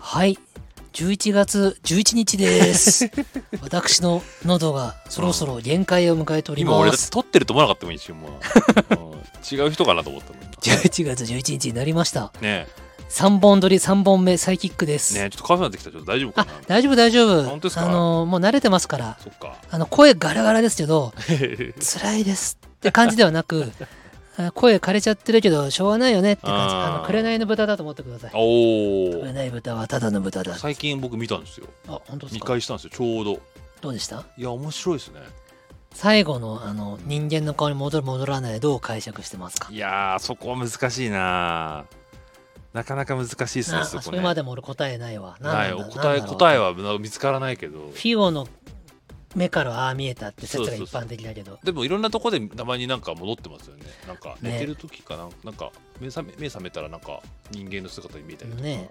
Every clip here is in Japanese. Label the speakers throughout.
Speaker 1: はい11月11日です 私の喉がそろそろ限界を迎えており
Speaker 2: 今俺
Speaker 1: ま
Speaker 2: だって
Speaker 1: す
Speaker 2: 撮ってると思わなかったもん 一瞬もううん違う人かなと思ったもんね
Speaker 1: 11月11日になりました
Speaker 2: え
Speaker 1: 3本撮り3本目サイキックです、
Speaker 2: ねえちょっとカフェなってきたちょっと大丈夫か
Speaker 1: あ
Speaker 2: な
Speaker 1: 大丈夫大丈夫
Speaker 2: 本当ですか
Speaker 1: あのもう慣れてますから
Speaker 2: そっか
Speaker 1: あの声ガラガラですけ ど辛いですって感じではなくあ声枯れちゃってるけどしょうがないよねって感じ
Speaker 2: あー
Speaker 1: あの紅の豚だと思ってください
Speaker 2: おお
Speaker 1: 紅豚はただの豚だあ
Speaker 2: 最近僕見たんですよ
Speaker 1: 本当です
Speaker 2: 見
Speaker 1: か
Speaker 2: 返したんですよちょうど
Speaker 1: どうでした
Speaker 2: いや面白いですね
Speaker 1: 最後のあの人間の顔に戻る戻らないどう解釈してますか
Speaker 2: いやーそこは難しいななかなか難しいですね
Speaker 1: な
Speaker 2: そ
Speaker 1: あ
Speaker 2: こ
Speaker 1: そ
Speaker 2: ね
Speaker 1: れまでも俺答えないわ。
Speaker 2: はい
Speaker 1: なんだ
Speaker 2: 答え
Speaker 1: なんだろう
Speaker 2: 答えは見つからないけど
Speaker 1: フィオの目からああ見えたって説が
Speaker 2: そうそ
Speaker 1: 一
Speaker 2: うそう
Speaker 1: 般的だけど。
Speaker 2: でもいろんなとこでたまになんか戻ってますよねなんか
Speaker 1: ね
Speaker 2: 寝てる時かな,、なんか目覚め目覚めたらなんか人間の姿に見えたりとか、
Speaker 1: ね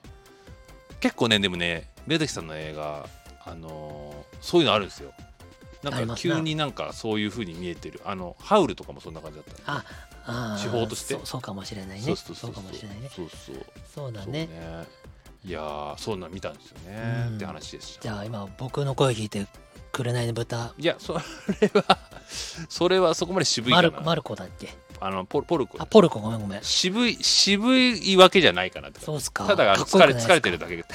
Speaker 2: 結構ねでもね宮崎さんの映画あのーそういうのあるんですよ
Speaker 1: あ
Speaker 2: な
Speaker 1: り
Speaker 2: んか
Speaker 1: ますな
Speaker 2: 急になんかそういう風に見えてるあのハウルとかもそんな感じだったね、
Speaker 1: ああ
Speaker 2: 手法として
Speaker 1: そうそうかもしれないね。そうかもしれないね。
Speaker 2: そうそう
Speaker 1: そうだ
Speaker 2: そう
Speaker 1: ね。
Speaker 2: いやーそんなの見たんですよね、
Speaker 1: うん
Speaker 2: って話でした
Speaker 1: じゃあ今僕の声聞いて紅の豚
Speaker 2: いやそれは それはそこまで渋い
Speaker 1: マ
Speaker 2: か
Speaker 1: ル
Speaker 2: な
Speaker 1: マルコだっけ
Speaker 2: あのポポルコ
Speaker 1: あポルコごめんごめん。
Speaker 2: 渋い渋いわけじゃないかなって
Speaker 1: そうっすか。
Speaker 2: ただあ
Speaker 1: か
Speaker 2: の
Speaker 1: っこよく
Speaker 2: 疲れ
Speaker 1: ないっす
Speaker 2: 疲
Speaker 1: か
Speaker 2: れてるだけって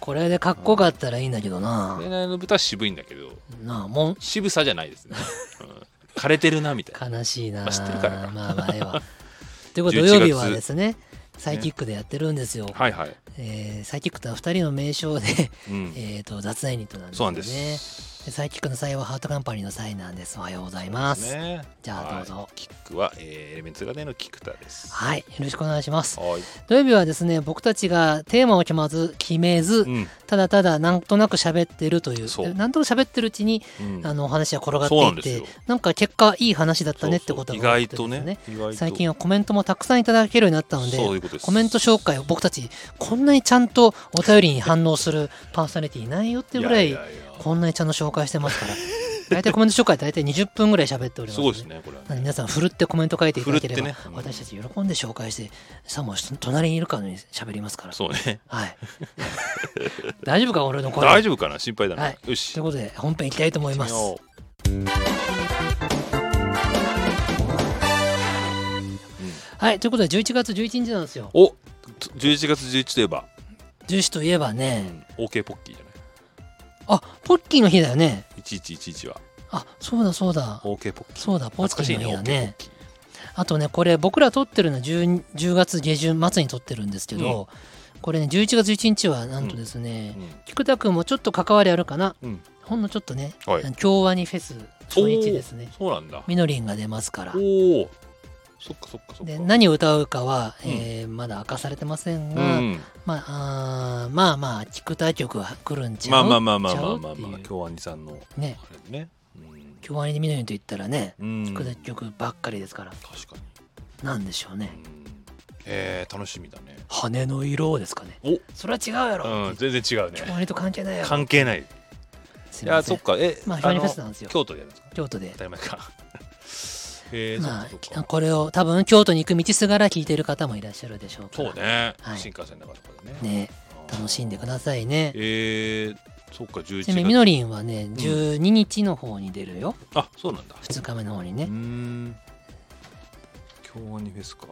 Speaker 1: これでかっこよかったらいいんだけどな。
Speaker 2: 恋愛の豚は渋いんだけど
Speaker 1: なあもん
Speaker 2: 渋さじゃないで すね、うん枯れてるなみたいな
Speaker 1: 悲しいな。
Speaker 2: まあ知ってるからか
Speaker 1: まあまあええ わ。ということで
Speaker 2: 11
Speaker 1: 土曜日
Speaker 2: 月
Speaker 1: はですねサイキックでやってるんですよ。
Speaker 2: はいはい、
Speaker 1: えーサイキックとは2人の名称で、
Speaker 2: うん
Speaker 1: えー、と雑談ユニットなんです
Speaker 2: そう
Speaker 1: よ
Speaker 2: なん
Speaker 1: ね
Speaker 2: です
Speaker 1: でサイキックの際はハートカンパニーの際なんですおはようございますはい、
Speaker 2: ね
Speaker 1: じゃあどうぞ
Speaker 2: はいキックは、えーエレメンツがねの菊田ですは
Speaker 1: よろしくお願いします
Speaker 2: い、
Speaker 1: 土曜日はですね僕たちがテーマを決まず決めず、
Speaker 2: うん
Speaker 1: ただただなんとなく喋ってるという
Speaker 2: そう
Speaker 1: でなんとなく喋ってるうちに、
Speaker 2: うん
Speaker 1: あのお話が転が
Speaker 2: そうなん
Speaker 1: っ
Speaker 2: で
Speaker 1: てい
Speaker 2: す
Speaker 1: て
Speaker 2: よ
Speaker 1: なんか結果いい話だったねって
Speaker 2: そう
Speaker 1: こと
Speaker 2: そう
Speaker 1: が
Speaker 2: 意
Speaker 1: 多
Speaker 2: 外
Speaker 1: くて
Speaker 2: と
Speaker 1: です
Speaker 2: ね意外と
Speaker 1: 最近はコメントもたくさんいただけるようになったので
Speaker 2: そういうことです
Speaker 1: コメント紹介を僕たちこんなにちゃんとお便りに反応するパーソナリティいないよっていうぐらい
Speaker 2: ややや
Speaker 1: こんなにちゃんと紹介してますから。大体コメント紹介大体20分ぐらい喋っておりますす、
Speaker 2: ごいです。ねこれは
Speaker 1: な
Speaker 2: ね
Speaker 1: んで皆さん、ふるってコメント書いていただければ、
Speaker 2: ふるってねうん
Speaker 1: 私たち喜んで紹介して、さも隣にいるかのように喋りますから。
Speaker 2: そうね
Speaker 1: はい。 大丈夫か、俺の声。
Speaker 2: 大丈夫かな心配だな、
Speaker 1: はい
Speaker 2: よし
Speaker 1: ということで、本編いきたいと思います。
Speaker 2: 行ってみよ
Speaker 1: はい、ということで、11月11日なんですよ。
Speaker 2: う、うんお11月11といえば、
Speaker 1: 11といえばね、
Speaker 2: OK ポッキーじゃない
Speaker 1: あ、ポッキーの日だよね。
Speaker 2: 1111は
Speaker 1: あ、そうだそうだ。
Speaker 2: OK ポッキー
Speaker 1: そうだ、ポッ
Speaker 2: 懐か
Speaker 1: キ
Speaker 2: し
Speaker 1: ー
Speaker 2: い
Speaker 1: の
Speaker 2: ね
Speaker 1: 日だ
Speaker 2: OK ポ
Speaker 1: ね
Speaker 2: ッ。キー
Speaker 1: あとね、これ僕ら撮ってるのは 10, 10月下旬末に撮ってるんですけど、これね、11月1日はなんとですね、菊田君もちょっと関わりあるかな、
Speaker 2: うん、うん、
Speaker 1: ほんのちょっとね、
Speaker 2: はい
Speaker 1: あの京アニフェス初日ですね、
Speaker 2: そうなんだ
Speaker 1: みのりんが出ますから
Speaker 2: お。おそっかそっかそっか
Speaker 1: で何を歌うかは、
Speaker 2: うん
Speaker 1: えーまだ明かされてません
Speaker 2: う
Speaker 1: が、
Speaker 2: ん、
Speaker 1: まああーまあまあ菊田曲は来るんち
Speaker 2: ま
Speaker 1: ゃ
Speaker 2: あ
Speaker 1: う
Speaker 2: まあまあまあ
Speaker 1: ちゃ
Speaker 2: ま
Speaker 1: う
Speaker 2: あまあまあ
Speaker 1: っていう
Speaker 2: 京アニさんの
Speaker 1: ね
Speaker 2: あれねうん
Speaker 1: 京アニでみのりんと言ったらね
Speaker 2: うん
Speaker 1: 菊田
Speaker 2: 確
Speaker 1: 曲ばっかりですから、
Speaker 2: かに
Speaker 1: なんでしょうね
Speaker 2: うんえー、楽しみだね
Speaker 1: 羽の色ですかね
Speaker 2: お
Speaker 1: それは違うやろ、
Speaker 2: うん全然違う
Speaker 1: 京
Speaker 2: ね
Speaker 1: アニと関係ないやろ
Speaker 2: 関係ない
Speaker 1: す
Speaker 2: い
Speaker 1: いま
Speaker 2: や
Speaker 1: せ
Speaker 2: そっ
Speaker 1: ん
Speaker 2: かえ
Speaker 1: まあ
Speaker 2: の
Speaker 1: 京アニフェスなんですよ
Speaker 2: 京都でやるんですか
Speaker 1: 京都で
Speaker 2: 当たり前か えー、そっ
Speaker 1: ま
Speaker 2: か
Speaker 1: あ
Speaker 2: そっ
Speaker 1: き
Speaker 2: か
Speaker 1: これを多分京都に行く道すがら聞いてる方もいらっしゃるでしょうか
Speaker 2: そう
Speaker 1: ら
Speaker 2: ね、
Speaker 1: はい
Speaker 2: 新幹線の中とかでね
Speaker 1: ね楽しんでくださいね
Speaker 2: えー、そっか11
Speaker 1: ちなみにみ
Speaker 2: 月
Speaker 1: のりんはね12日の方に出るよ
Speaker 2: あそうなんだ
Speaker 1: 2日目の方にね
Speaker 2: うーん京アニフェスか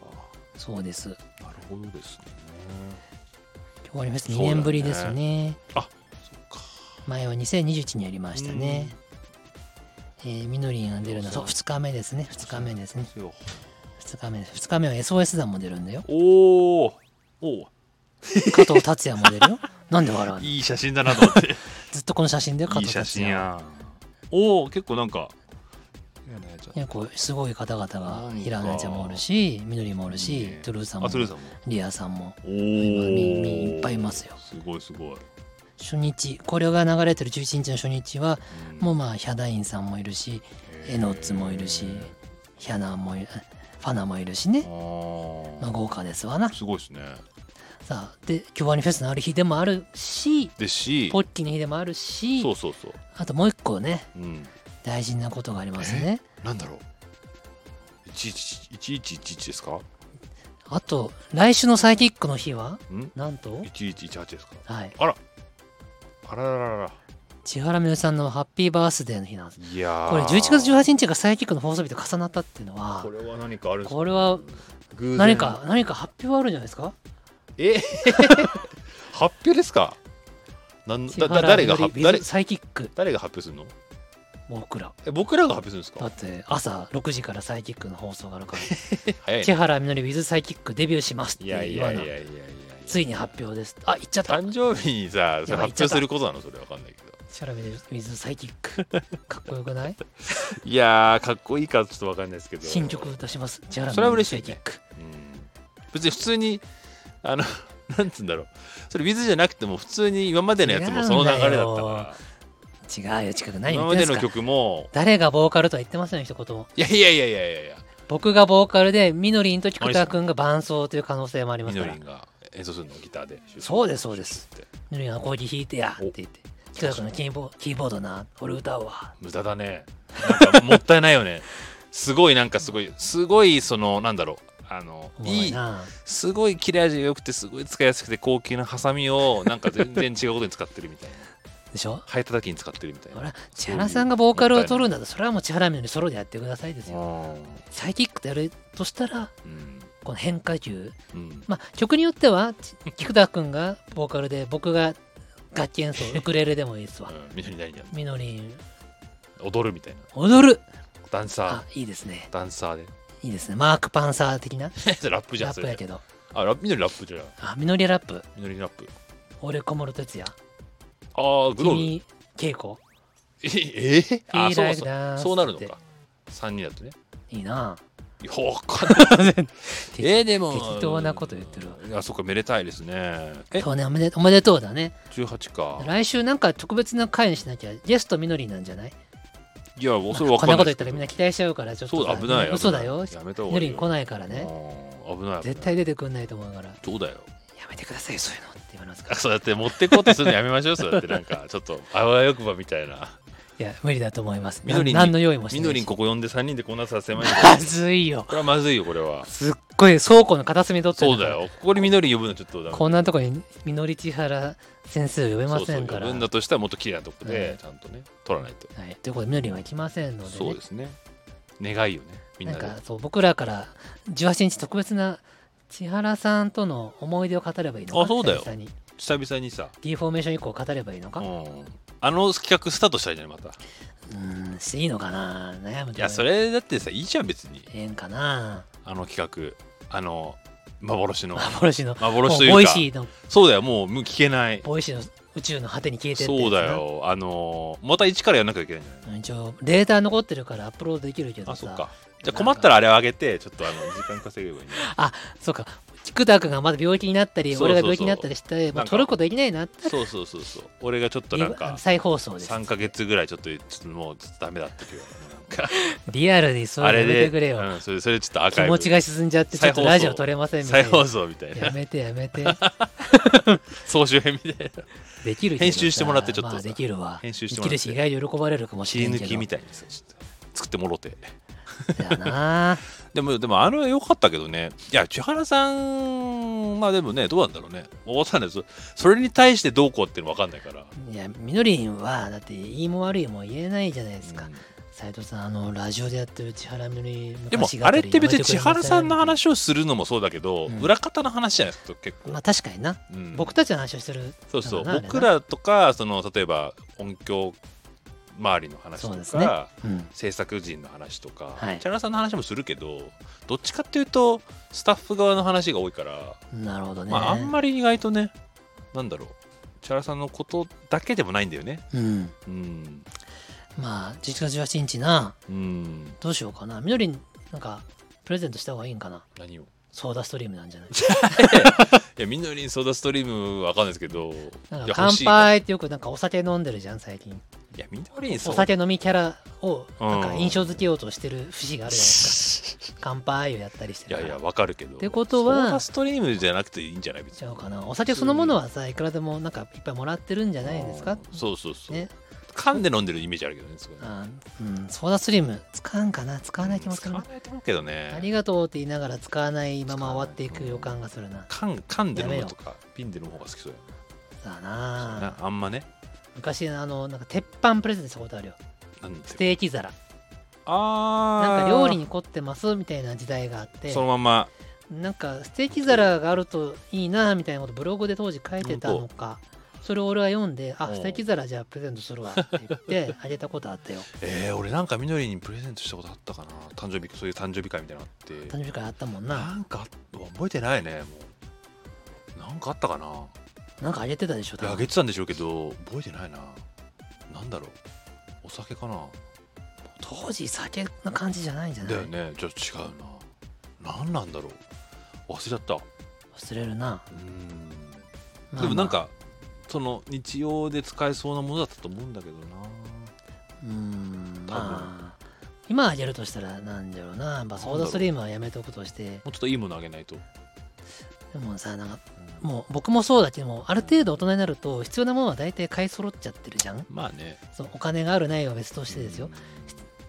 Speaker 1: そうです
Speaker 2: なるほどですね
Speaker 1: 京アニフェス2
Speaker 2: そうだね
Speaker 1: 年ぶりですね
Speaker 2: そっか
Speaker 1: 前は2021にやりましたねえーみのりんが出るのはそう2日目ですね2日目ですね
Speaker 2: そう
Speaker 1: 2日目です2日目は SOS 団も出るんだよ
Speaker 2: おーお
Speaker 1: 加藤達也も出る よなんで笑う
Speaker 2: ー
Speaker 1: の
Speaker 2: いい写真だなと思って
Speaker 1: ずっとこの写真で加
Speaker 2: いい
Speaker 1: 藤
Speaker 2: 写
Speaker 1: 達
Speaker 2: 真
Speaker 1: 也
Speaker 2: やおお結構なんか嫌なやつだ
Speaker 1: 結構すごい方々が
Speaker 2: うん
Speaker 1: 平野ちゃんもおるしみどりもおるし、
Speaker 2: ね
Speaker 1: トゥルーさん
Speaker 2: あ
Speaker 1: も
Speaker 2: トゥルーさんも
Speaker 1: リアさんも
Speaker 2: おお
Speaker 1: みみいっぱいいますよ
Speaker 2: すごいすごい、
Speaker 1: 初日これが流れてる11日の初日は
Speaker 2: うん
Speaker 1: もうまあヒャダインさんもいるしえのっつもいるしヒャナもいるファナもいるし
Speaker 2: あ
Speaker 1: ね、
Speaker 2: ー
Speaker 1: まあ、豪華ですわな
Speaker 2: すごいですね
Speaker 1: さあで京アニフェスのある日でもあるし
Speaker 2: ですし
Speaker 1: ポッキーの日でもあるし
Speaker 2: そうそうそう、
Speaker 1: あともう一個ね
Speaker 2: うん、
Speaker 1: 大事なことがありますね
Speaker 2: なんだろう1111ですか
Speaker 1: あと来週のサイキックの日は
Speaker 2: うん
Speaker 1: なんと、
Speaker 2: ?1118 ですか
Speaker 1: はい、
Speaker 2: あらあらららら
Speaker 1: 千原みのりさんのハッピーバースデーの日なんです
Speaker 2: いやー
Speaker 1: これ11月18日がサイキックの放送日と重なったっていうのは
Speaker 2: これは何かあるんですか
Speaker 1: これは
Speaker 2: 偶然
Speaker 1: 何か何か発表あるんじゃないですか
Speaker 2: え発表ですかなんだだ誰が
Speaker 1: 千原
Speaker 2: 発
Speaker 1: みのり
Speaker 2: 誰
Speaker 1: サイキック
Speaker 2: 誰が発表するの
Speaker 1: 僕ら
Speaker 2: え僕らが発表するんです
Speaker 1: だ
Speaker 2: か
Speaker 1: って朝6時からサイキックの放送があるから
Speaker 2: 早い
Speaker 1: 千
Speaker 2: ね
Speaker 1: 原みのり with サイキックデビューしますって
Speaker 2: い
Speaker 1: いうような
Speaker 2: や
Speaker 1: い
Speaker 2: やいやいやいや
Speaker 1: ついに発表ですあ言っちゃった
Speaker 2: 誕生日にさそれ
Speaker 1: やばい
Speaker 2: 発表することなのそれわかんないけど
Speaker 1: 千原みのり with サイキックかっこよくない
Speaker 2: いやーかっこいいかちょっとわかんないですけど
Speaker 1: 新曲出します千原み
Speaker 2: それは
Speaker 1: のり
Speaker 2: 嬉しい
Speaker 1: サ
Speaker 2: ね
Speaker 1: イキック
Speaker 2: うん別に普通にあの なんつうんだろうそれ Wiz じゃなくても普通に今までのやつもその流れだったか
Speaker 1: 違うよ近く
Speaker 2: ら
Speaker 1: 何言
Speaker 2: 今
Speaker 1: っ
Speaker 2: ま
Speaker 1: てん
Speaker 2: ですの
Speaker 1: か
Speaker 2: 曲も
Speaker 1: 誰がボーカルとは言ってませんよ一言も
Speaker 2: いやいやいやいやいやいや
Speaker 1: 僕がボーカルでみのりんと菊田君が伴奏という可能性もありま
Speaker 2: み
Speaker 1: すか
Speaker 2: の
Speaker 1: ら
Speaker 2: りんが演奏するのギターで
Speaker 1: そうですそうです
Speaker 2: シュッシュッシュッって
Speaker 1: みのりんはコーヒー弾いてやって言って菊田君のキーボキーボードな俺歌うわ
Speaker 2: 無駄だねなんかもったいないよね すごいなんかすごいすごいそのなんだろうあの
Speaker 1: おもろ
Speaker 2: い
Speaker 1: い
Speaker 2: い
Speaker 1: な
Speaker 2: すごい切れ味が良くてすごい使いやすくて高級なハサミをなんか全然違うことに使ってるみたいな
Speaker 1: でしょ
Speaker 2: ハエたたきに使ってるみたい
Speaker 1: ほ
Speaker 2: な
Speaker 1: ら千原さんがボーカルを取るんだとそれはもう千原みのりソロでやってくださいですよサイキックでやるとしたら
Speaker 2: うん
Speaker 1: この変化球
Speaker 2: うん
Speaker 1: まあ曲によってはち菊田君がボーカルで僕が楽器演奏ウクレレでもいいですわ
Speaker 2: うんみのりん何やる
Speaker 1: みのりん
Speaker 2: の踊るみたいな
Speaker 1: 踊る
Speaker 2: ダンサ
Speaker 1: あいいですね
Speaker 2: ーダンサーで
Speaker 1: いいですねマークパンサー的な
Speaker 2: それラップじゃん
Speaker 1: ラ
Speaker 2: そ
Speaker 1: ップや
Speaker 2: れ
Speaker 1: けど
Speaker 2: あラップみのりラップじゃん
Speaker 1: あみのりラップ
Speaker 2: みのりラップ
Speaker 1: 俺小室哲也
Speaker 2: ああグローブ
Speaker 1: 君稽古
Speaker 2: ええあー
Speaker 1: Feel
Speaker 2: そう
Speaker 1: like
Speaker 2: そう
Speaker 1: dance
Speaker 2: そうなるの
Speaker 1: って
Speaker 2: か3人だとね
Speaker 1: いいない
Speaker 2: やわかんない えーでも
Speaker 1: 適当なこと言ってるわ
Speaker 2: いやそっかめでたいですねえ
Speaker 1: そうねおめでおめでとうだね
Speaker 2: 18か
Speaker 1: 来週なんか特別な回にしなきゃゲストみのりなんじゃない
Speaker 2: いやそれ
Speaker 1: まあ
Speaker 2: わ
Speaker 1: こ
Speaker 2: か
Speaker 1: ん
Speaker 2: ん
Speaker 1: な
Speaker 2: な
Speaker 1: いこと言ったらみんな期待しちゃうからちょっと
Speaker 2: そう
Speaker 1: さ
Speaker 2: だ危ない危ない
Speaker 1: 嘘だよ
Speaker 2: やめた方
Speaker 1: みの
Speaker 2: がい
Speaker 1: り
Speaker 2: い
Speaker 1: ん
Speaker 2: よ
Speaker 1: 来ないからね
Speaker 2: うん危ない
Speaker 1: 絶対出てくんないと思うからや
Speaker 2: そうだよ
Speaker 1: めてくださいそういうのって言われますか
Speaker 2: あ
Speaker 1: ら
Speaker 2: そうやって持ってこうとするのやめましょうそうやってなんかちょっとあわよくばみたいない
Speaker 1: や無理だと思います
Speaker 2: みのりんに
Speaker 1: な何の用意もし
Speaker 2: み
Speaker 1: な
Speaker 2: の
Speaker 1: い
Speaker 2: りん
Speaker 1: し
Speaker 2: ここ呼んで3人でこんなさ狭いんだ
Speaker 1: まずいよ
Speaker 2: これはまずいよこれは
Speaker 1: すっごい倉庫の片隅に取って
Speaker 2: そ
Speaker 1: る
Speaker 2: う
Speaker 1: から
Speaker 2: だよここにみのりん呼ぶのちょっとダメ
Speaker 1: こんなとこにみのり千原先生を呼べま
Speaker 2: そう
Speaker 1: せ
Speaker 2: そうん呼
Speaker 1: から
Speaker 2: ぶんだとしたらもっと綺麗なとこ
Speaker 1: う
Speaker 2: で
Speaker 1: ん
Speaker 2: ちゃんとね取らないと
Speaker 1: はい、ということでみのりんは行きませんので,、ね
Speaker 2: そうですね願いよねみん
Speaker 1: な
Speaker 2: なんで
Speaker 1: かそう僕らから18日特別な千原さんとの思い出を語ればいいのか
Speaker 2: あそうだよ
Speaker 1: 久々に
Speaker 2: 久々にさ
Speaker 1: D フォーメーション以降語ればいいのかう
Speaker 2: うんあの企画スタートしたいじゃんまたい
Speaker 1: ーんしていいのかな悩むと
Speaker 2: やそれだってさいいじゃん別に
Speaker 1: ええんかな
Speaker 2: あの企画あの 幻の
Speaker 1: 幻の
Speaker 2: 幻と
Speaker 1: もうボ
Speaker 2: い
Speaker 1: イ
Speaker 2: うか
Speaker 1: シーの
Speaker 2: そうだよもうもう聞けない
Speaker 1: ボイシーの宇宙の果てに消えてってやつな
Speaker 2: そうだよあのまた一からやんなきゃいけないんじゃない
Speaker 1: うん一応データ残ってるからアップロードできるけどさ
Speaker 2: あそっかじゃあ困ったらあれをあげてちょっとあの時間稼げばい いね
Speaker 1: そうか菊田君がまだ病気になったり
Speaker 2: そうそうそう
Speaker 1: 俺が病気になったりしても
Speaker 2: な
Speaker 1: うん
Speaker 2: か
Speaker 1: 取ることできないなって
Speaker 2: そうそうそうそう俺がちょっとなんか
Speaker 1: 再放送です
Speaker 2: 3か月ぐらいちょっとちょっともうちょっとダメだったけどなんか
Speaker 1: リアルにそう
Speaker 2: あ
Speaker 1: いう
Speaker 2: れ
Speaker 1: のやめ
Speaker 2: で
Speaker 1: てくれよ、
Speaker 2: うん、それそれちょっとアー
Speaker 1: 気
Speaker 2: カイ
Speaker 1: 持
Speaker 2: ブ
Speaker 1: ちが沈んじゃってちょっと
Speaker 2: 再放送
Speaker 1: ラジオ撮れませんみた
Speaker 2: 再
Speaker 1: いな
Speaker 2: 放送みたい
Speaker 1: や
Speaker 2: な
Speaker 1: めてやめ て
Speaker 2: 総集編みたいな
Speaker 1: できるけどさ
Speaker 2: 編集してもらってちょっ
Speaker 1: ま
Speaker 2: と
Speaker 1: あ、できるわ
Speaker 2: 編集し
Speaker 1: で
Speaker 2: ても
Speaker 1: き
Speaker 2: ら
Speaker 1: る
Speaker 2: って
Speaker 1: し意外と喜ばれるかもし
Speaker 2: 切
Speaker 1: れ
Speaker 2: り
Speaker 1: ない
Speaker 2: 抜
Speaker 1: け
Speaker 2: き
Speaker 1: ど
Speaker 2: みたいにさちょっと作ってもろて
Speaker 1: だな
Speaker 2: でもでもあれは良かったけどねいや千原さんまあでもねどうなんだろうね分かんないですそれに対してどうこうっていうの分かんないから
Speaker 1: いやみのりんはだっていいも悪いも言えないじゃないですか
Speaker 2: うん
Speaker 1: 斉藤さんあのラジオでやってる千原みのり
Speaker 2: でも
Speaker 1: 昔語
Speaker 2: あ
Speaker 1: り
Speaker 2: れって別に千原さんの
Speaker 1: やめて
Speaker 2: 話をするのもそうだけど、
Speaker 1: うん
Speaker 2: 裏方の話じゃないですか結
Speaker 1: くれ
Speaker 2: 構、
Speaker 1: ませんまあ確かにな
Speaker 2: うん
Speaker 1: 僕たちの話をしてる
Speaker 2: そう
Speaker 1: な
Speaker 2: そ
Speaker 1: んだ
Speaker 2: う
Speaker 1: な
Speaker 2: 僕らとかその例えば音響周りの話
Speaker 1: そう
Speaker 2: と
Speaker 1: ですね
Speaker 2: か、
Speaker 1: うん
Speaker 2: 制作陣の話とか、
Speaker 1: はい
Speaker 2: 千原さんの話もするけどどっちかっていうとスタッフ側の話が多いから
Speaker 1: なるほどね、
Speaker 2: まあ、あんまり意外とね、なんだろう、千原さんのことだけでもないんだよね。
Speaker 1: うん
Speaker 2: うん。
Speaker 1: まあ11月18日な
Speaker 2: うん。
Speaker 1: どうしようかなみのりんなんかプレゼントした方がいいんかな
Speaker 2: 何をい
Speaker 1: ソーダストリームなんじゃない
Speaker 2: や、みんなにソーダストリームわかんないですけど、
Speaker 1: なん
Speaker 2: い
Speaker 1: か
Speaker 2: や
Speaker 1: 乾。
Speaker 2: 欲し
Speaker 1: 杯ってよくなんかお酒飲んでるじゃん最近
Speaker 2: いいや、みんなにそ
Speaker 1: お
Speaker 2: う。
Speaker 1: 酒飲みキャラを
Speaker 2: うん
Speaker 1: なんか印象付けようとしてる節があるじゃないですか乾杯をやったりして
Speaker 2: い
Speaker 1: る
Speaker 2: や
Speaker 1: から
Speaker 2: いや、わかるけど。
Speaker 1: ってことは
Speaker 2: ソーダストリームじゃなくていいんじゃない別
Speaker 1: ちゃうかなお酒そのものはさいくらでもなんかいっぱいもらってるんじゃないですか
Speaker 2: うんそうそうそう。
Speaker 1: ね
Speaker 2: 噛んで飲んでるイメージあるけどねすごいね
Speaker 1: あうん、ソーダストリーム使うんかな使わない気もす
Speaker 2: 使
Speaker 1: る
Speaker 2: わ
Speaker 1: な
Speaker 2: ないと思うけど
Speaker 1: あ
Speaker 2: ね
Speaker 1: りがとうって言いながら使わないまま終わっていく予感がするな
Speaker 2: 噛ん噛んで飲
Speaker 1: やめ
Speaker 2: む
Speaker 1: よう
Speaker 2: とか瓶で飲む方が好きそうや
Speaker 1: だな
Speaker 2: なあんまね
Speaker 1: 昔あのなんか鉄板プレゼントしたことあるよ
Speaker 2: なん
Speaker 1: ス
Speaker 2: て
Speaker 1: テーキ皿
Speaker 2: あー
Speaker 1: なんか料理に凝ってますみたいな時代があって
Speaker 2: そのまんま
Speaker 1: なんかステーキ皿があるといいなみたいなことブログで当時書いてたのかそれを俺は読んで「
Speaker 2: う
Speaker 1: あ
Speaker 2: ん
Speaker 1: ステーキ皿じゃあプレゼントするわ」って言 ってあげたことあったよ
Speaker 2: えー、俺なんかみのりにプレゼントしたことあったかな誕生日そういう誕生日会みたいなのあって
Speaker 1: 誕生日会あったもんな
Speaker 2: なんかあっ覚えてないねもうなんかあったかな
Speaker 1: なんかあげてたでしょ
Speaker 2: いやあげてたんでしょうけど覚えてないななんだろうお酒かな
Speaker 1: 当時酒な感じじゃないんじゃない
Speaker 2: だよねじゃあ違うな何なんだろう忘れちゃったう
Speaker 1: 忘れるな、
Speaker 2: ーん
Speaker 1: まあ
Speaker 2: でもなんかその日曜で使えそうなものだったと思うんだけどな
Speaker 1: まあうーんまあ今あげるとしたらなんだろうな、まあ、ソーダストリームはやめとくとして
Speaker 2: もうちょっといいものあげないと、
Speaker 1: でもさなんか
Speaker 2: うん
Speaker 1: もう僕もそうだけどもある程度大人になると必要なものは大体買い揃っちゃってるじゃん
Speaker 2: まあね
Speaker 1: そのお金があるないは別としてですよ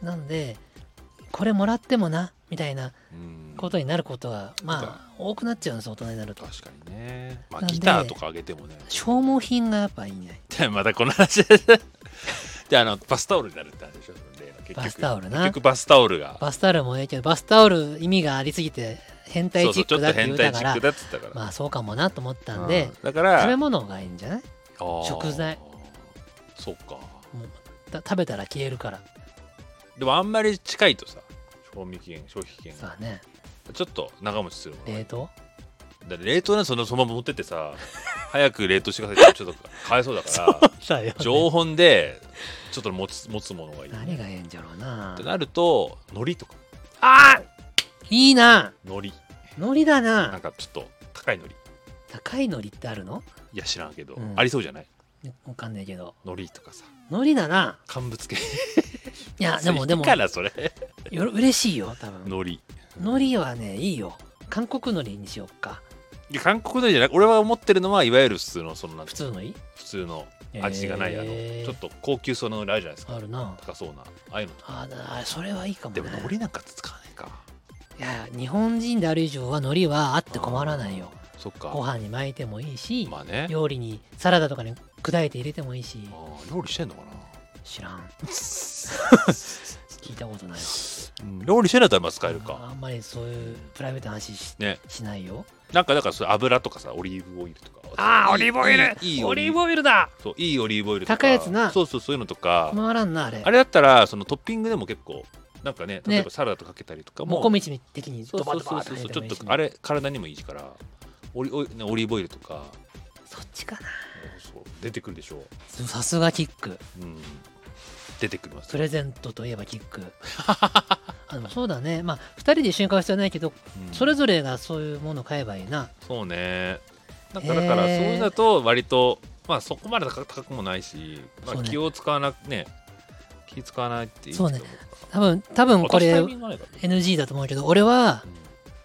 Speaker 2: う
Speaker 1: なんでこれもらってもなみたいなん
Speaker 2: うん
Speaker 1: ことになることがまあ多くなっちゃうんです大人になると
Speaker 2: 確かにね、まあ、
Speaker 1: なんで
Speaker 2: ギターとかあげてもね
Speaker 1: 消耗品がやっぱいいんじゃない
Speaker 2: またこの話でであのバスタオルになるって話でしょ例の結局
Speaker 1: バスタオルな
Speaker 2: 結局バスタオルが
Speaker 1: バスタオルもええけどバスタオル意味がありすぎて変態チッ
Speaker 2: そうそう
Speaker 1: ク
Speaker 2: ちょ
Speaker 1: だ
Speaker 2: っと
Speaker 1: って言
Speaker 2: 変
Speaker 1: うた
Speaker 2: 態
Speaker 1: か
Speaker 2: チッ
Speaker 1: ら
Speaker 2: クだっつったから、
Speaker 1: まあそうかもなと思ったんで
Speaker 2: うんだから
Speaker 1: 食べ物がいいんじゃない
Speaker 2: あー
Speaker 1: 食材
Speaker 2: そっか
Speaker 1: もうた食べたら消えるから
Speaker 2: でもあんまり近いとさ賞味期限消費期限が
Speaker 1: さあね
Speaker 2: ちょっと長持ちするもの
Speaker 1: 冷
Speaker 2: ね
Speaker 1: 凍
Speaker 2: だって冷凍なんてそのそのまま持ってって さ早く冷凍してくださいってちょっとかわいそうだから
Speaker 1: さあよ
Speaker 2: 常温でちょっと持つ持つものがい い
Speaker 1: 何がええんじゃろうな
Speaker 2: ってなると海苔とか
Speaker 1: あーいいな
Speaker 2: 海苔
Speaker 1: 海苔だ
Speaker 2: なん
Speaker 1: な
Speaker 2: かちょっと高い海苔
Speaker 1: 高い海苔ってあるの
Speaker 2: いや知らんけど、
Speaker 1: うん
Speaker 2: ありそうじゃない
Speaker 1: わかんないけど
Speaker 2: 海苔とかさ
Speaker 1: 海苔だな
Speaker 2: 乾物系
Speaker 1: いやで もでも
Speaker 2: からそれ
Speaker 1: よろ嬉しいよ多分
Speaker 2: 海苔
Speaker 1: 海苔はねいいよ韓国海苔にしよっか
Speaker 2: いや韓国海苔じゃなく俺は思ってるのはいわゆる普通のそのなんて
Speaker 1: 普通のいい
Speaker 2: 普通の味がない、
Speaker 1: えー
Speaker 2: あのちょっと高級そうなのあるじゃないですか
Speaker 1: あるな
Speaker 2: 高そうなああいうのとか
Speaker 1: あーあーそれはいいかも
Speaker 2: で
Speaker 1: ね
Speaker 2: も海苔なんか使わないか
Speaker 1: いや日本人である以上は海苔はあって困らないよ
Speaker 2: あーそっか
Speaker 1: ご飯に巻いてもいいし、
Speaker 2: まあね
Speaker 1: 料理にサラダとかに砕いて入れてもいいし
Speaker 2: あー料理してんのかな
Speaker 1: 知ら ん聞いたことないわ
Speaker 2: うん料理してないとあんま使える
Speaker 1: あ
Speaker 2: か
Speaker 1: あんまりそういうプライベートな話し,、
Speaker 2: ね
Speaker 1: しないよ
Speaker 2: なんかだからそういう油とかさオリーブオイルとか
Speaker 1: あーオ
Speaker 2: いい
Speaker 1: リーブオイル
Speaker 2: いいいい
Speaker 1: オリーブ
Speaker 2: オイ
Speaker 1: オイルだ
Speaker 2: ルそういいオリーブオイルとか
Speaker 1: 高いやつな
Speaker 2: そうそうそういうのとか
Speaker 1: 困らんなあれ
Speaker 2: あれだったらそのトッピングでも結構なんかね例え
Speaker 1: ね
Speaker 2: ばサラダとかけたりとかも
Speaker 1: もこみち的に
Speaker 2: そ
Speaker 1: ド
Speaker 2: う
Speaker 1: バ
Speaker 2: そ
Speaker 1: ド
Speaker 2: うそ
Speaker 1: バっ
Speaker 2: う
Speaker 1: て
Speaker 2: そう
Speaker 1: 入
Speaker 2: そ
Speaker 1: れて
Speaker 2: う
Speaker 1: もい
Speaker 2: ちょっ
Speaker 1: いし
Speaker 2: とあれ体にもいいからオリオイねオリーブオイルとか
Speaker 1: そっちかな
Speaker 2: そう出てくるでしょ
Speaker 1: さすがキック
Speaker 2: う、うん、出てくるます
Speaker 1: プレゼントといえばキッ クあのそうだねまあ2人で一緒に買う必要はないけど
Speaker 2: うん
Speaker 1: それぞれがそういうものを買えばいいな
Speaker 2: そうねなん
Speaker 1: へ
Speaker 2: か
Speaker 1: ー
Speaker 2: だからそういうのだと割とまあそこまで高くもないし、ま
Speaker 1: そう
Speaker 2: あ、
Speaker 1: ね
Speaker 2: 気を使わなくね気使わないっていい
Speaker 1: そうね多分多分これ NG だと思うけど俺は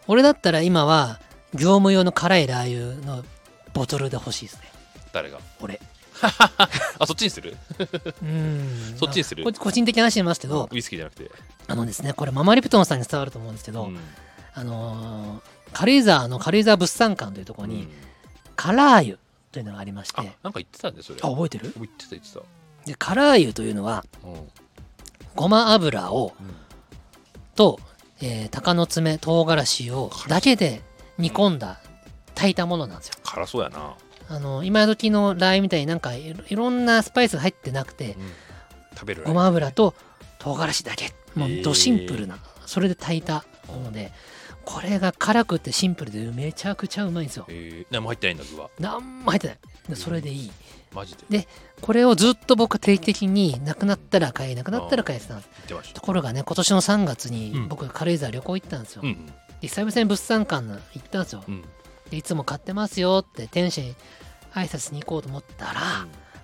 Speaker 1: 俺だったら今は業務用の辛いラー油のボトルで欲しいですね
Speaker 2: 誰が
Speaker 1: 俺
Speaker 2: あそっちにする
Speaker 1: うん
Speaker 2: そっちにする
Speaker 1: まあこ個人的な話しますけど
Speaker 2: ウイスキーじゃなくて、
Speaker 1: あのですねこれママリプトンさんに伝わると思うんですけど、
Speaker 2: うん
Speaker 1: あのー軽井沢の軽井沢物産館というところ
Speaker 2: う
Speaker 1: に
Speaker 2: ん
Speaker 1: 辛油というのがありまして、
Speaker 2: あなんか言ってたんでそれ
Speaker 1: あ覚えてる
Speaker 2: 言ってた言ってた
Speaker 1: で辛油というのは
Speaker 2: うん
Speaker 1: ごま油を
Speaker 2: うん
Speaker 1: と、えー、鷹の爪唐辛子をだけで煮込んだ炊いたものなんですよ
Speaker 2: 辛そうやな、
Speaker 1: あの今時のラー油みたいになんかいろいろんなスパイスが入ってなくて
Speaker 2: 食べる
Speaker 1: ごま油と唐辛子だけも
Speaker 2: へ
Speaker 1: う
Speaker 2: ー
Speaker 1: ドシンプルなそれで炊いたものでこれが辛くてシンプルでめちゃくちゃうまいんですよ
Speaker 2: えー、何も入ってないんだ具は
Speaker 1: なんも入ってないでそれでいい
Speaker 2: マジで
Speaker 1: でこれをずっと僕は定期的になくなったら買えなくなったら買えてたんです
Speaker 2: 言ってました
Speaker 1: ところがね今年の3月に
Speaker 2: うん
Speaker 1: 僕軽井沢旅行行ったんですよ、
Speaker 2: うん
Speaker 1: で久々に物産館の行ったんですよ
Speaker 2: うんうん
Speaker 1: でいつも買ってますよって店主に挨拶に行こうと思ったら、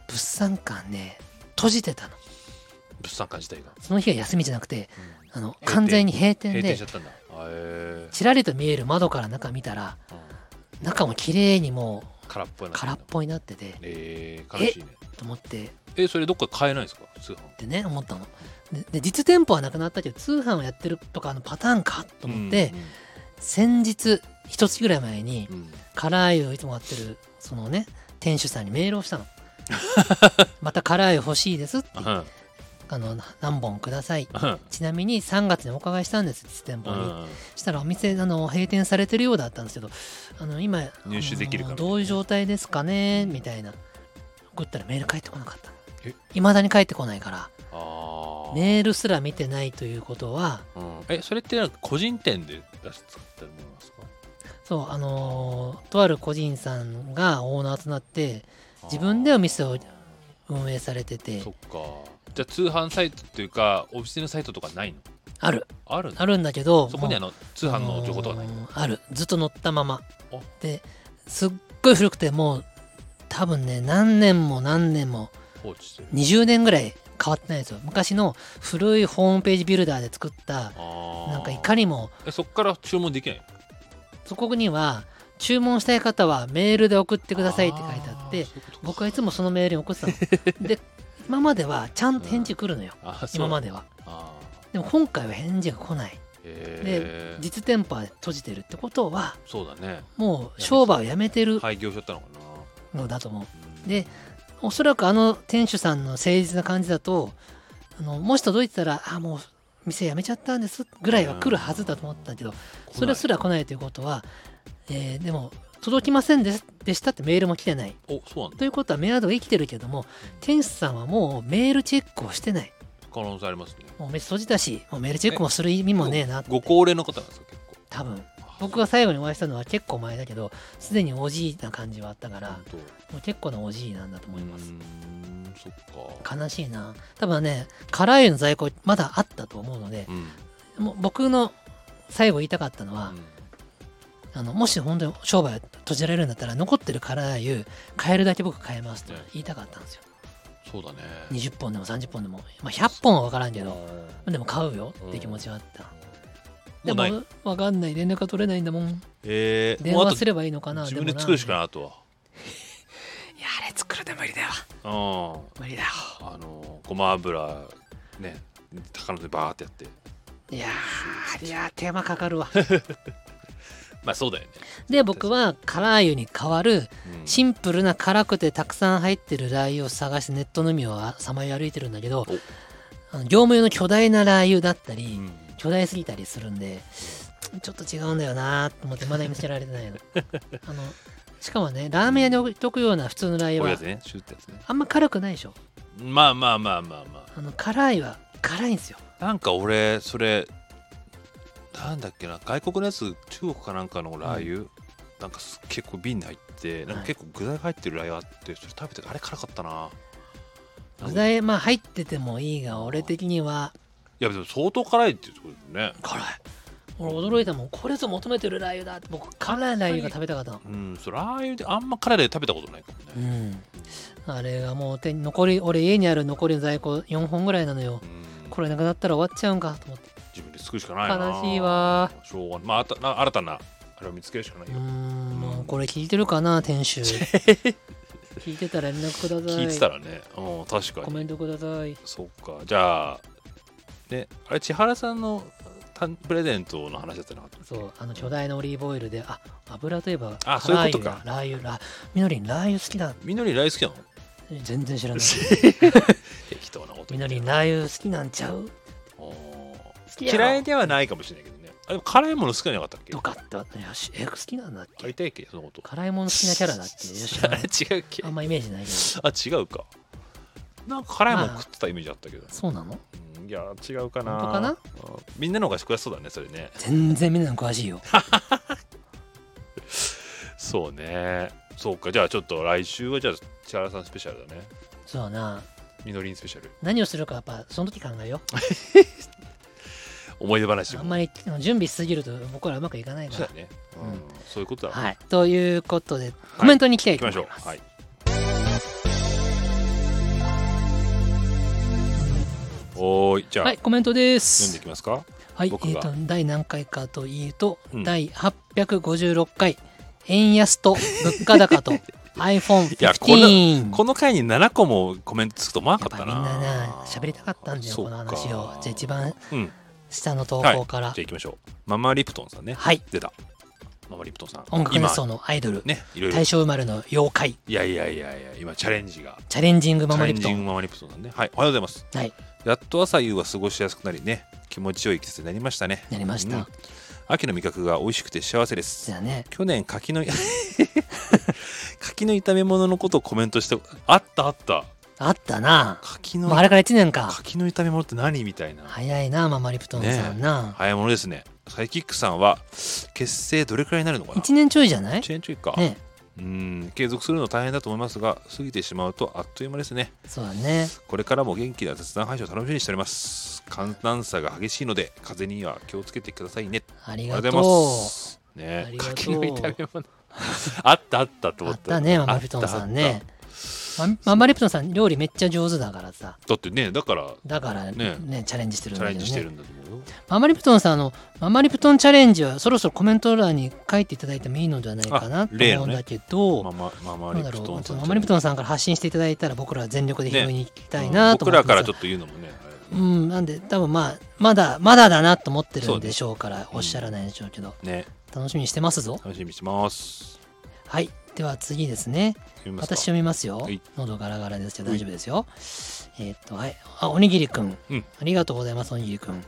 Speaker 1: 物産館ね閉じてたの
Speaker 2: 物産館自体が、
Speaker 1: その日は休みじゃなくてあ
Speaker 2: うん
Speaker 1: の
Speaker 2: 閉店
Speaker 1: 完全に閉店
Speaker 2: 閉店
Speaker 1: で
Speaker 2: しちゃったんだあえ
Speaker 1: ちらりと見える窓から中見たら
Speaker 2: ーうん
Speaker 1: 中も綺麗にも
Speaker 2: 空っぽいうな
Speaker 1: 空っぽになってて
Speaker 2: えー、悲しいね
Speaker 1: と思って
Speaker 2: えそれどっか買えないんですか通販
Speaker 1: ってね思ったのでで実店舗はなくなったけど通販をやってるとかのパターンかと思って、先日一月ぐらい前に
Speaker 2: うんうん
Speaker 1: 唐揚げをいつもやってるそのね店主さんにメールをした のまた唐揚げ欲しいですって
Speaker 2: うんうん
Speaker 1: あの何本ください
Speaker 2: うん
Speaker 1: ちなみに3月にお伺いしたんです実店舗に、
Speaker 2: うん
Speaker 1: したらお店あの閉店されてるようだったんですけどあの今
Speaker 2: 入手できるか
Speaker 1: あの
Speaker 2: みたいな
Speaker 1: どういう状態ですかねみたいな送ったらメール返ってこなかった
Speaker 2: え
Speaker 1: いまだに返ってこないから
Speaker 2: ああ、
Speaker 1: メールすら見てないということは
Speaker 2: うんえそれってなんか個人店で出し作ったものなんですか
Speaker 1: そうあのーとある個人さんがオーナーとなって
Speaker 2: あー
Speaker 1: 自分でお店を運営されてて
Speaker 2: そっかじゃあ通販サイトっていうかお店のサイトとかないの
Speaker 1: ある
Speaker 2: あるの
Speaker 1: あるんだけど
Speaker 2: そこにあの通販の情報とかない
Speaker 1: あのーあるずっと乗ったまま
Speaker 2: あ
Speaker 1: ですっごい古くてもう多分ね何年も何年も
Speaker 2: 放置してる
Speaker 1: 20年ぐらい変わってないんですよ昔の古いホームページビルダーで作った
Speaker 2: あー
Speaker 1: なんかいかにも
Speaker 2: えそっから注文できないっ
Speaker 1: そこには注文したい方はメールで送って
Speaker 2: て
Speaker 1: くださいって書いてあって僕はいつもそのメールに送って たので今まではちゃんと返事来るのよ今ま
Speaker 2: で
Speaker 1: では
Speaker 2: あー
Speaker 1: でも今回は返事が来ない
Speaker 2: へー
Speaker 1: 実店舗は閉じてるってことは
Speaker 2: そうだね
Speaker 1: もう商売をやめてる
Speaker 2: 廃業しちゃったのかな
Speaker 1: のだと思う
Speaker 2: うん
Speaker 1: でおそらくあの店主さんの誠実な感じだとあのもし届いてたらあもう店辞めちゃったんですぐらいは来るはずだと思ったんだけどそれすら来ないということは、えーでも届きませんででしたってメールも来てない
Speaker 2: おそうなんだ
Speaker 1: ということはメアドが生きてるけども店主さんはもうメールチェックをしてない
Speaker 2: 可能性ありますね
Speaker 1: もうお店閉じたしもうメールチェックもする意味もねえなって
Speaker 2: ご高齢の方なんですか結構
Speaker 1: 多分僕が最後にお会いしたのは結構前だけどすでにおじいな感じはあったから
Speaker 2: 本当
Speaker 1: もう結構なおじいなんだと思います
Speaker 2: うーんそっか
Speaker 1: 悲しいな多分ね辛いの在庫まだあったと思うので
Speaker 2: うん
Speaker 1: もう僕の最後言いたかったのは、
Speaker 2: うん
Speaker 1: あのもし本当に商売閉じられるんだったら残ってる辛い湯買えるだけ僕買えますと
Speaker 2: ね
Speaker 1: 言いたかったんですよ
Speaker 2: そうだね
Speaker 1: 20本でも30本でも、まあ、100本は分からんけ
Speaker 2: うん
Speaker 1: どでも買うよって気持ちはあった、
Speaker 2: もうない
Speaker 1: でも分かんない連絡が取れないんだもん
Speaker 2: えー
Speaker 1: 電
Speaker 2: もうあ
Speaker 1: 話
Speaker 2: と
Speaker 1: すればいいのかな
Speaker 2: 自
Speaker 1: でも
Speaker 2: 分
Speaker 1: な
Speaker 2: で作るしかないあとはい
Speaker 1: やあれ作るで無理だわ
Speaker 2: うん
Speaker 1: 無理だよ
Speaker 2: あのごま油ね高野でバーってやって
Speaker 1: いやーいやー手間かかるわ
Speaker 2: まあそうだよね、
Speaker 1: で僕は辛い湯に代わる
Speaker 2: うん
Speaker 1: シンプルな辛くてたくさん入ってるラー油を探してネットの海をさまよい歩いてるんだけどあの業務用の巨大なラー油だったり、
Speaker 2: うん
Speaker 1: 巨大すぎたりするんでちょっと違うんだよなと思ってまだ見つけられてない のあのしかもねラーメン屋に置いとくような普通のラー
Speaker 2: こういう
Speaker 1: 油
Speaker 2: や
Speaker 1: は
Speaker 2: つねシュッてやつね
Speaker 1: あんま辛くないでしょ
Speaker 2: まあまあまあまあま
Speaker 1: あの辛いは辛いんですよ
Speaker 2: あなんか俺それなんだっけな外国のやつ中国かなんかのラー油、なんかす結構瓶に入ってなんか結構具材が入ってるラー油あってそれ食べてあれ辛かったな
Speaker 1: 具材まあ入っててもいいが俺的にはい
Speaker 2: やでも相当辛いっていうところだよね
Speaker 1: 辛い俺驚いたもんこれぞ求めてるラー油だって僕辛いラー油が食べたかったの
Speaker 2: うんそれラー油であんま辛いで食べたことないかも
Speaker 1: う
Speaker 2: ね、
Speaker 1: ん、あれがもう手に残り俺家にある残りの在庫4本ぐらいなのよ
Speaker 2: うん
Speaker 1: これなくなったら終わっちゃうんかと思って
Speaker 2: 自分で作るしかないな
Speaker 1: 悲しいわ
Speaker 2: しょうがないまああたな新たなあれを見つけるしかないう
Speaker 1: ー
Speaker 2: よ、
Speaker 1: んもうこれ聞いてるかな店 主聞いてたら連絡ください
Speaker 2: 聞いてたらね、うん、確か
Speaker 1: コ
Speaker 2: に
Speaker 1: メントください
Speaker 2: そっかじゃあねあれ千原さんのたプレゼントの話だったなかった
Speaker 1: そうあの巨大なオリーブオイルであ油といえば
Speaker 2: あ
Speaker 1: ラ
Speaker 2: そういう
Speaker 1: ー
Speaker 2: こと
Speaker 1: 油
Speaker 2: か
Speaker 1: だラー油ラみのりんラー油好きだ
Speaker 2: みのり大好きなの
Speaker 1: 全然知らない
Speaker 2: 適当なこと
Speaker 1: みの
Speaker 2: 言って
Speaker 1: りんラー油好きなんちゃう
Speaker 2: おー
Speaker 1: 好きやろ
Speaker 2: 嫌いではないかもしれないけどねあでも辛いもの好きじゃなかったっけ
Speaker 1: とかって私よしえ好きなんだっ
Speaker 2: あ
Speaker 1: け
Speaker 2: りたいっけそのこと
Speaker 1: 辛いもの好きなキャラだっけよし
Speaker 2: あれ違うっけ
Speaker 1: あんまイメージないけど
Speaker 2: あ違うかなんか辛いもの食ってたイメージあったけど、
Speaker 1: そうなの
Speaker 2: うんいや違うかな
Speaker 1: 本当かな
Speaker 2: あみんなの方が詳しそうだねそれね
Speaker 1: 全然みんなの詳しい よ
Speaker 2: そうねそうかじゃあちょっと来週はじゃあ千原さんスペシャルだね
Speaker 1: そうだな
Speaker 2: みのりんスペシャル
Speaker 1: 何をするかやっぱその時考えよう
Speaker 2: 思い出話
Speaker 1: あ
Speaker 2: も
Speaker 1: んまりあの準備しすぎると僕らうまくいかない
Speaker 2: そ
Speaker 1: か
Speaker 2: うだね、
Speaker 1: うん
Speaker 2: うんそういうこと
Speaker 1: ら
Speaker 2: だ、
Speaker 1: はいということでコメントに行きたい
Speaker 2: 行き
Speaker 1: と思
Speaker 2: まし
Speaker 1: いう
Speaker 2: ょ
Speaker 1: ます、
Speaker 2: はいおーいじゃあ、
Speaker 1: はいコメントで
Speaker 2: 読んですいきますか
Speaker 1: はいえ
Speaker 2: 僕が
Speaker 1: ー、と第何回かというと、
Speaker 2: うん
Speaker 1: 第856回円安と物価高と
Speaker 2: やこんな
Speaker 1: iPhone15
Speaker 2: この回に7個もコメントつくと思わなかった
Speaker 1: やっぱみんなな
Speaker 2: な
Speaker 1: 喋りたかったんだよ
Speaker 2: そう
Speaker 1: こ
Speaker 2: か
Speaker 1: の話をじゃあ一番
Speaker 2: うん
Speaker 1: 下の投稿から
Speaker 2: じゃあ行きましょうママリプトンさんね
Speaker 1: はい
Speaker 2: 出たママリプトンさん
Speaker 1: 音楽演奏のアイドル
Speaker 2: 今、ねいろいろ
Speaker 1: 大正生まれの妖怪
Speaker 2: いやいやいやいや今チャレンジが
Speaker 1: チャレンジングマ
Speaker 2: チ
Speaker 1: マ
Speaker 2: ャレ
Speaker 1: リ
Speaker 2: ン
Speaker 1: プ
Speaker 2: ジ
Speaker 1: ト
Speaker 2: ング
Speaker 1: ン
Speaker 2: ママリプトンさんねはいおはようございます
Speaker 1: はい
Speaker 2: やっと朝夕は過ごしやすくなりね気持ちよい季節になりましたね
Speaker 1: なりました
Speaker 2: うん秋の味覚が美味しくて幸せです
Speaker 1: じゃあね
Speaker 2: 去年柿の 柿の炒め物のことをコメントしてあったあった
Speaker 1: あったな
Speaker 2: 柿
Speaker 1: もう
Speaker 2: の
Speaker 1: あれから1年か
Speaker 2: 柿の炒め物って何みたいな、
Speaker 1: 早いなママリプトンさんな
Speaker 2: 早いものですねサイキックさんは結成どれくらいになるのかな
Speaker 1: 1年ちょいじゃない
Speaker 2: チェーンチュイか、
Speaker 1: ね
Speaker 2: うん継続するの大変だと思いますが過ぎてしまうとあっという間ですね
Speaker 1: そうだね
Speaker 2: これからも元気な雑談配信を楽しみにしております寒暖差が激しいので風邪には気をつけてくださいね
Speaker 1: あり
Speaker 2: ありが
Speaker 1: がと
Speaker 2: とう
Speaker 1: う
Speaker 2: ございます。
Speaker 1: あ
Speaker 2: ね
Speaker 1: り、がとう
Speaker 2: 柿の炒め物。あったあったと
Speaker 1: あ
Speaker 2: 思っ。
Speaker 1: ったたねママリプトンさん
Speaker 2: あっ
Speaker 1: ね
Speaker 2: た。
Speaker 1: まママリプトンさん料理めっちゃ上手だからさ
Speaker 2: だってね、だから
Speaker 1: だから
Speaker 2: ね
Speaker 1: ねチャレンジしてるん
Speaker 2: チ
Speaker 1: だ
Speaker 2: ャ
Speaker 1: け
Speaker 2: レ
Speaker 1: ど
Speaker 2: ン
Speaker 1: ね
Speaker 2: ジしてるんだと思うよ。
Speaker 1: ママリプトンさんあのママリプトンチャレンジはそろそろコメント欄に書いていただいてもいいのではないか
Speaker 2: あ
Speaker 1: なと
Speaker 2: 例
Speaker 1: 思う
Speaker 2: の
Speaker 1: ん
Speaker 2: ね
Speaker 1: だけど、
Speaker 2: ママママ
Speaker 1: な
Speaker 2: リ
Speaker 1: んだ
Speaker 2: プ
Speaker 1: ろ
Speaker 2: トン
Speaker 1: う
Speaker 2: さん。
Speaker 1: ママリプトンさんから発信していただいたら僕らは全力で拾いに行きたいなと
Speaker 2: 僕
Speaker 1: 思っ
Speaker 2: ら
Speaker 1: てま
Speaker 2: か
Speaker 1: す
Speaker 2: らちょっと言うのもね。あれ
Speaker 1: うん、なんで多分まあまだまだだなと思って
Speaker 2: そ
Speaker 1: る
Speaker 2: うんね
Speaker 1: でしょうからおっしゃらないでしょうけど
Speaker 2: ね、
Speaker 1: 楽しみにしてますぞ
Speaker 2: 楽しみにしてます。
Speaker 1: はいでは次ですね
Speaker 2: 読みますか
Speaker 1: 私読みますよ
Speaker 2: はい
Speaker 1: 喉ガラガラですけど大丈夫ですよえーっとはいあおにぎりくん、
Speaker 2: うん
Speaker 1: ありがとうございますおにぎりくん、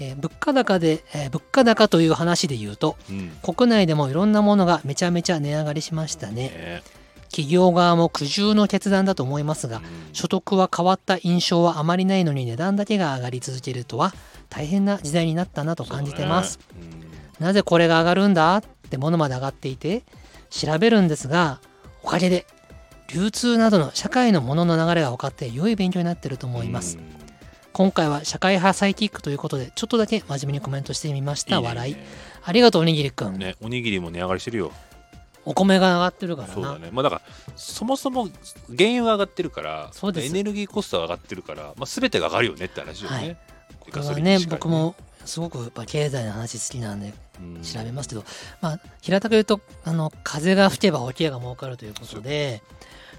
Speaker 1: えー物価高で、えー物価高という話で言うと
Speaker 2: うん。
Speaker 1: 国内でもいろんなものがめちゃめちゃ値上がりしましたね
Speaker 2: ね
Speaker 1: 企業側も苦渋の決断だと思いますが
Speaker 2: うん
Speaker 1: 所得は変わった印象はあまりないのに値段だけが上がり続けるとは大変な時代になったなと感じてます、。
Speaker 2: そうだね
Speaker 1: なぜこれが上がるんだってものまで上がっていて調べるんですがおかげで流通などの社会のものの流れが分かって良い勉強になってると
Speaker 2: うん
Speaker 1: 思います、
Speaker 2: うん
Speaker 1: 今回は社会派サイキックということでちょっとだけ真面目にコメントしてみました
Speaker 2: いいね
Speaker 1: 笑い
Speaker 2: いいね
Speaker 1: ありがとうおにぎりくん、
Speaker 2: ね、おにぎりも値上がりしてるよ。
Speaker 1: お米が上がってるからな
Speaker 2: そうだね。まあだからそもそも原油は上がってるから、
Speaker 1: そうです
Speaker 2: エネルギーコストは上がってるから、まあ全てが上がるよねって話よ
Speaker 1: は
Speaker 2: ね
Speaker 1: い。
Speaker 2: で
Speaker 1: これ
Speaker 2: ガソ
Speaker 1: は
Speaker 2: リン
Speaker 1: ね
Speaker 2: しかり
Speaker 1: 僕もすごくやっぱ経済の話好きなんで
Speaker 2: うん
Speaker 1: 調べますけど、まあ、平たく言うとあの風が吹けば桶屋が儲かるということで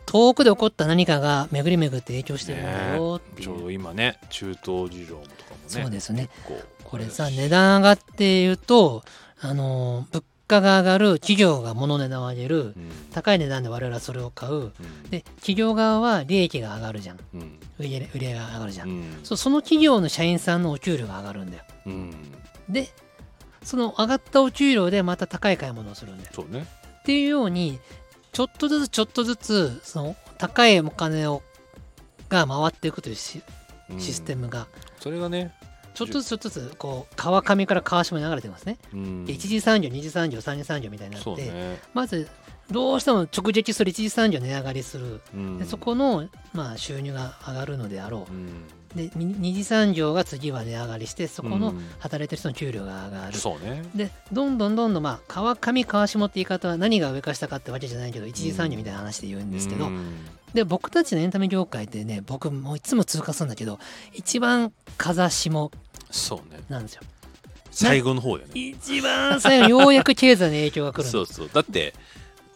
Speaker 1: 遠くで起こった何かが巡り巡って影響してるんだよっ
Speaker 2: ね
Speaker 1: てい
Speaker 2: ち
Speaker 1: う
Speaker 2: ょうど今ね中東事情とかもね
Speaker 1: そうですね
Speaker 2: 結構
Speaker 1: これさ値段上がって言うとあの物価が上がる企業が物の値段を上げる
Speaker 2: うん
Speaker 1: 高い値段で我々はそれを買う
Speaker 2: うん
Speaker 1: で企業側は利益が上がるじゃん
Speaker 2: うん
Speaker 1: 売り上げ売り上げが上がるじゃん、
Speaker 2: うん
Speaker 1: そうその企業の社員さんのお給料が上がるんだよ
Speaker 2: うん
Speaker 1: でその上がったお給料でまた高い買い物をするんだよ
Speaker 2: そうね
Speaker 1: っていうようにちょっとずつちょっとずつその高いお金をが回っていくというシ
Speaker 2: うん
Speaker 1: システムが
Speaker 2: それがね
Speaker 1: ちょっとずつちょっとずつこう川上から川下に流れてますね。
Speaker 2: うん
Speaker 1: で一次産業二次産業三次産業みたいになっ
Speaker 2: そう
Speaker 1: て
Speaker 2: ね
Speaker 1: まずどうしても直撃する一次産業値上がりする
Speaker 2: うん
Speaker 1: でそこのまあ収入が上がるのであろ
Speaker 2: うん
Speaker 1: うでに二次産業が次は値上がりしてそこ
Speaker 2: う
Speaker 1: の
Speaker 2: ん
Speaker 1: 働いてる人の給料が上がる
Speaker 2: そうね
Speaker 1: でどんどんどんどんまあ川上川下って言い方は何が上か下かってわけじゃないけど一次産業みたいな話で言うんですけど、
Speaker 2: うん
Speaker 1: で僕たちのエンタメ業界ってね僕もういつも通過するんだけど一番風下
Speaker 2: そうね
Speaker 1: なんですよ
Speaker 2: 最後の方やね
Speaker 1: 一番最後ようやく経済の影響が来る
Speaker 2: そうそうだって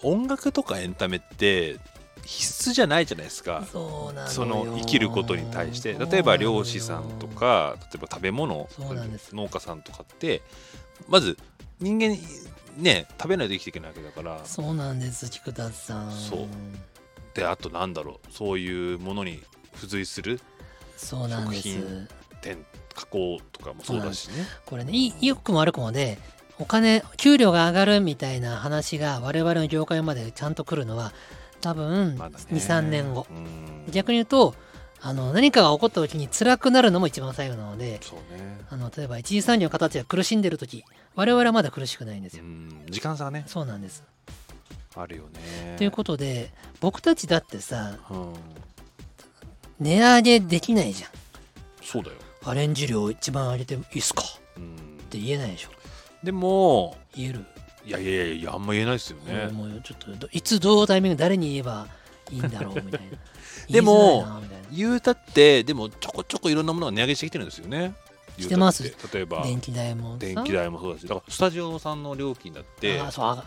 Speaker 2: 音楽とかエンタメって必須じゃないじゃないですか
Speaker 1: そうなのよ
Speaker 2: その生きることに対して例えば漁師さんとか例えば食べ物
Speaker 1: そうなんです
Speaker 2: 農家さんとかってまず人間ね食べないと生きていけないわけだから
Speaker 1: そうなんです菊田さん
Speaker 2: そうであとなんだろうそういうものに付随する
Speaker 1: そうなんで
Speaker 2: 食
Speaker 1: す
Speaker 2: 品点加工とかもそうだしね
Speaker 1: これねいい良くも悪くもでお金給料が上がるみたいな話が我々の業界までちゃんと来るのは多分
Speaker 2: まだね
Speaker 1: 23年後
Speaker 2: うん
Speaker 1: 逆に言うとあの何かが起こった時に辛くなるのも一番最後なので
Speaker 2: そうね
Speaker 1: あの例えば一次産業の方たちが苦しんでる時我々はまだ苦しくないんです
Speaker 2: う
Speaker 1: よ。
Speaker 2: ん時間差がね
Speaker 1: そうなんです。
Speaker 2: あるよね
Speaker 1: ということで僕たちだってさ
Speaker 2: うん
Speaker 1: 値上げできないじゃん。
Speaker 2: そうだよ
Speaker 1: アレンジ料一番上げていいっすかっ
Speaker 2: うん
Speaker 1: て言えないでしょ。
Speaker 2: でも
Speaker 1: 言える。
Speaker 2: いやいやいやいやあんま言えないですよね
Speaker 1: もうちょっとどいつどうタイミング誰に言えばいいんだろうみたいな。
Speaker 2: でも
Speaker 1: 言いづらいなみたいな
Speaker 2: 言うたってでもちょこちょこいろんなものが値上げしてきてるんですよね
Speaker 1: してます
Speaker 2: 言うたって例えば
Speaker 1: 電気代もさ
Speaker 2: 電気代もそうだしだからスタジオさんの料金だって
Speaker 1: あーそうあ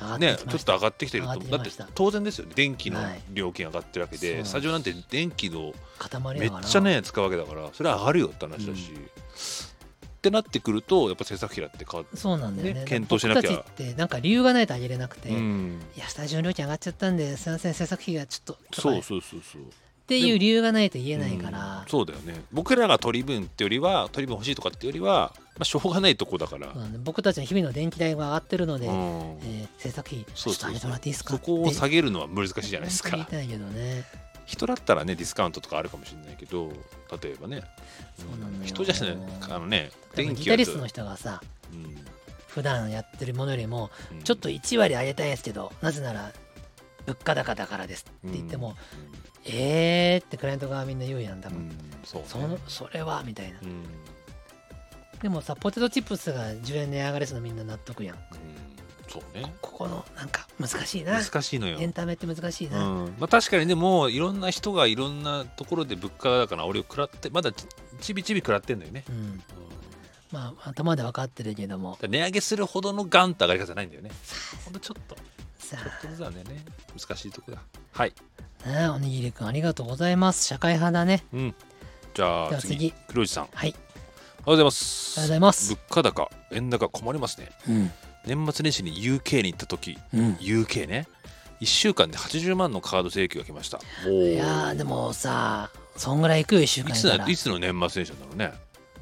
Speaker 1: 上がって
Speaker 2: ね、
Speaker 1: き
Speaker 2: ち
Speaker 1: ま
Speaker 2: ょっ
Speaker 1: した
Speaker 2: と上がってきてると思
Speaker 1: 上
Speaker 2: う
Speaker 1: がっ
Speaker 2: だっ
Speaker 1: き
Speaker 2: てて
Speaker 1: ました
Speaker 2: 当然ですよね電気の
Speaker 1: はい
Speaker 2: 料金上がってるわけ
Speaker 1: そうな
Speaker 2: で、
Speaker 1: んです
Speaker 2: スタジオなんて電気の
Speaker 1: 固まり
Speaker 2: め
Speaker 1: な
Speaker 2: っ
Speaker 1: がら
Speaker 2: ちゃね使うわけだからそれは上がるよって話だし、ってなってくるとやっぱ制作費だって変わって、
Speaker 1: そうなんだよね
Speaker 2: ね検討しなきゃ
Speaker 1: 僕たちってなんか理由がないとあげれなくて、
Speaker 2: うん、
Speaker 1: いやスタジオ料金上がっちゃったんですいません制作費がちょっととか
Speaker 2: そうそうそうそう
Speaker 1: っていう理由がないと言えないから
Speaker 2: うん、そうだよね僕らが取り分ってよりは取り分欲しいとかってよりは、まあ、しょうがないとこだから、
Speaker 1: そうなんで僕たちの日々の電気代が上がってるので、
Speaker 2: うん
Speaker 1: えー制作費ち
Speaker 2: そ
Speaker 1: ょ
Speaker 2: う
Speaker 1: っと
Speaker 2: そ
Speaker 1: 上
Speaker 2: う
Speaker 1: げて
Speaker 2: そ
Speaker 1: も
Speaker 2: う
Speaker 1: らっていいですか
Speaker 2: そこを下
Speaker 1: げ
Speaker 2: げるのは難しいじゃないです
Speaker 1: 言い
Speaker 2: か
Speaker 1: たいけどね
Speaker 2: 人だったらねディスカウントとかあるかもしれないけど例えばね
Speaker 1: そうなのよ
Speaker 2: 人じゃないあのね
Speaker 1: でも
Speaker 2: 電
Speaker 1: ギ
Speaker 2: 気
Speaker 1: タ
Speaker 2: は
Speaker 1: リストの人がさ
Speaker 2: うん
Speaker 1: 普段やってるものよりも
Speaker 2: うん
Speaker 1: ちょっと1割上げたいんですけどなぜなら物価高だからですって言っても、えーってクライアント側はみんな言うやんだ
Speaker 2: うん
Speaker 1: もん、
Speaker 2: そうね
Speaker 1: そのそれはみたいな
Speaker 2: うんうん
Speaker 1: でもさポテトチップスが10円値上がりするのみんな納得やん
Speaker 2: そうね
Speaker 1: ここのなんか難しいな
Speaker 2: 難しいのよ
Speaker 1: エンタメって難しい
Speaker 2: うん
Speaker 1: な、
Speaker 2: まあ、確かにでもいろんな人がいろんなところで物価高な俺を食らってまだちちびちび食らってんだよね、
Speaker 1: うん
Speaker 2: うんだ
Speaker 1: まあ頭で分かってるけども
Speaker 2: から値上げするほどのガンと上がり方じゃないんだよねほんとちょっとち
Speaker 1: さ
Speaker 2: ょっとずつなんだよね難しいとこだはい、
Speaker 1: あねおにぎりくんありがとうございます社会派だね
Speaker 2: うん、じゃ
Speaker 1: で
Speaker 2: あ
Speaker 1: は
Speaker 2: 次
Speaker 1: 次
Speaker 2: 黒石さん
Speaker 1: はい
Speaker 2: おはようご
Speaker 1: あり
Speaker 2: ざいま
Speaker 1: がとうご
Speaker 2: す
Speaker 1: ざいます
Speaker 2: 物価高円高困りますね
Speaker 1: うん
Speaker 2: 年末年始に UK に行った時
Speaker 1: うん
Speaker 2: UK ね1週間で80万のカード請求が来ました
Speaker 1: いやーでもさそんぐらい行くよ1週間
Speaker 2: い
Speaker 1: い
Speaker 2: つ
Speaker 1: たら
Speaker 2: ないつの年末年始なんだろうね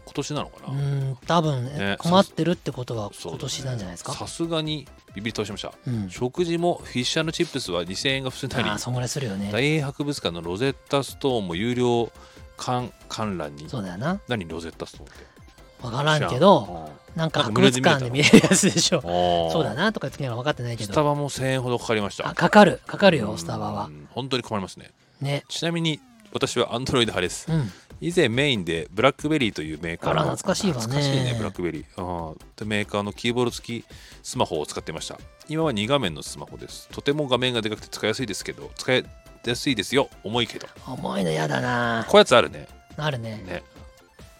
Speaker 2: 今年なのかな、
Speaker 1: うん多分、
Speaker 2: ね
Speaker 1: 困ってるってことは
Speaker 2: そうだね
Speaker 1: 今年なんじゃないですか
Speaker 2: さすがにビビり倒しました、
Speaker 1: うん
Speaker 2: 食事もフィッシュチップスは2000円が普通になり
Speaker 1: ああそんぐらいするよね
Speaker 2: 大英博物館のロゼッタストーンも有料観観覧に
Speaker 1: そうだよな
Speaker 2: 何ロゼッタストーンって
Speaker 1: 分からんけどなんか
Speaker 2: なん
Speaker 1: 博
Speaker 2: か
Speaker 1: 物館で見れるやつで しょ
Speaker 2: あー
Speaker 1: そうだなとか言ってきながら分かってないけ
Speaker 2: スタ
Speaker 1: ど
Speaker 2: バも1000円ほどかかりました
Speaker 1: あかかるかかる
Speaker 2: う
Speaker 1: よ
Speaker 2: ん
Speaker 1: スタバは
Speaker 2: 本当に困りますね
Speaker 1: ね
Speaker 2: ちなみに私はアンドロイド派です
Speaker 1: うん
Speaker 2: 以前メインでブラックベリーというメーカーの
Speaker 1: あら懐かしいわね
Speaker 2: 懐かしいねブラックベリーあーとメーカーのキーボード付きスマホを使っていました今は2画面のスマホですとても画面がでかくて使いやすいですけど使いやすいですよ重いけどこ
Speaker 1: 重いの嫌だな
Speaker 2: ういうやつあるね
Speaker 1: あるね
Speaker 2: ね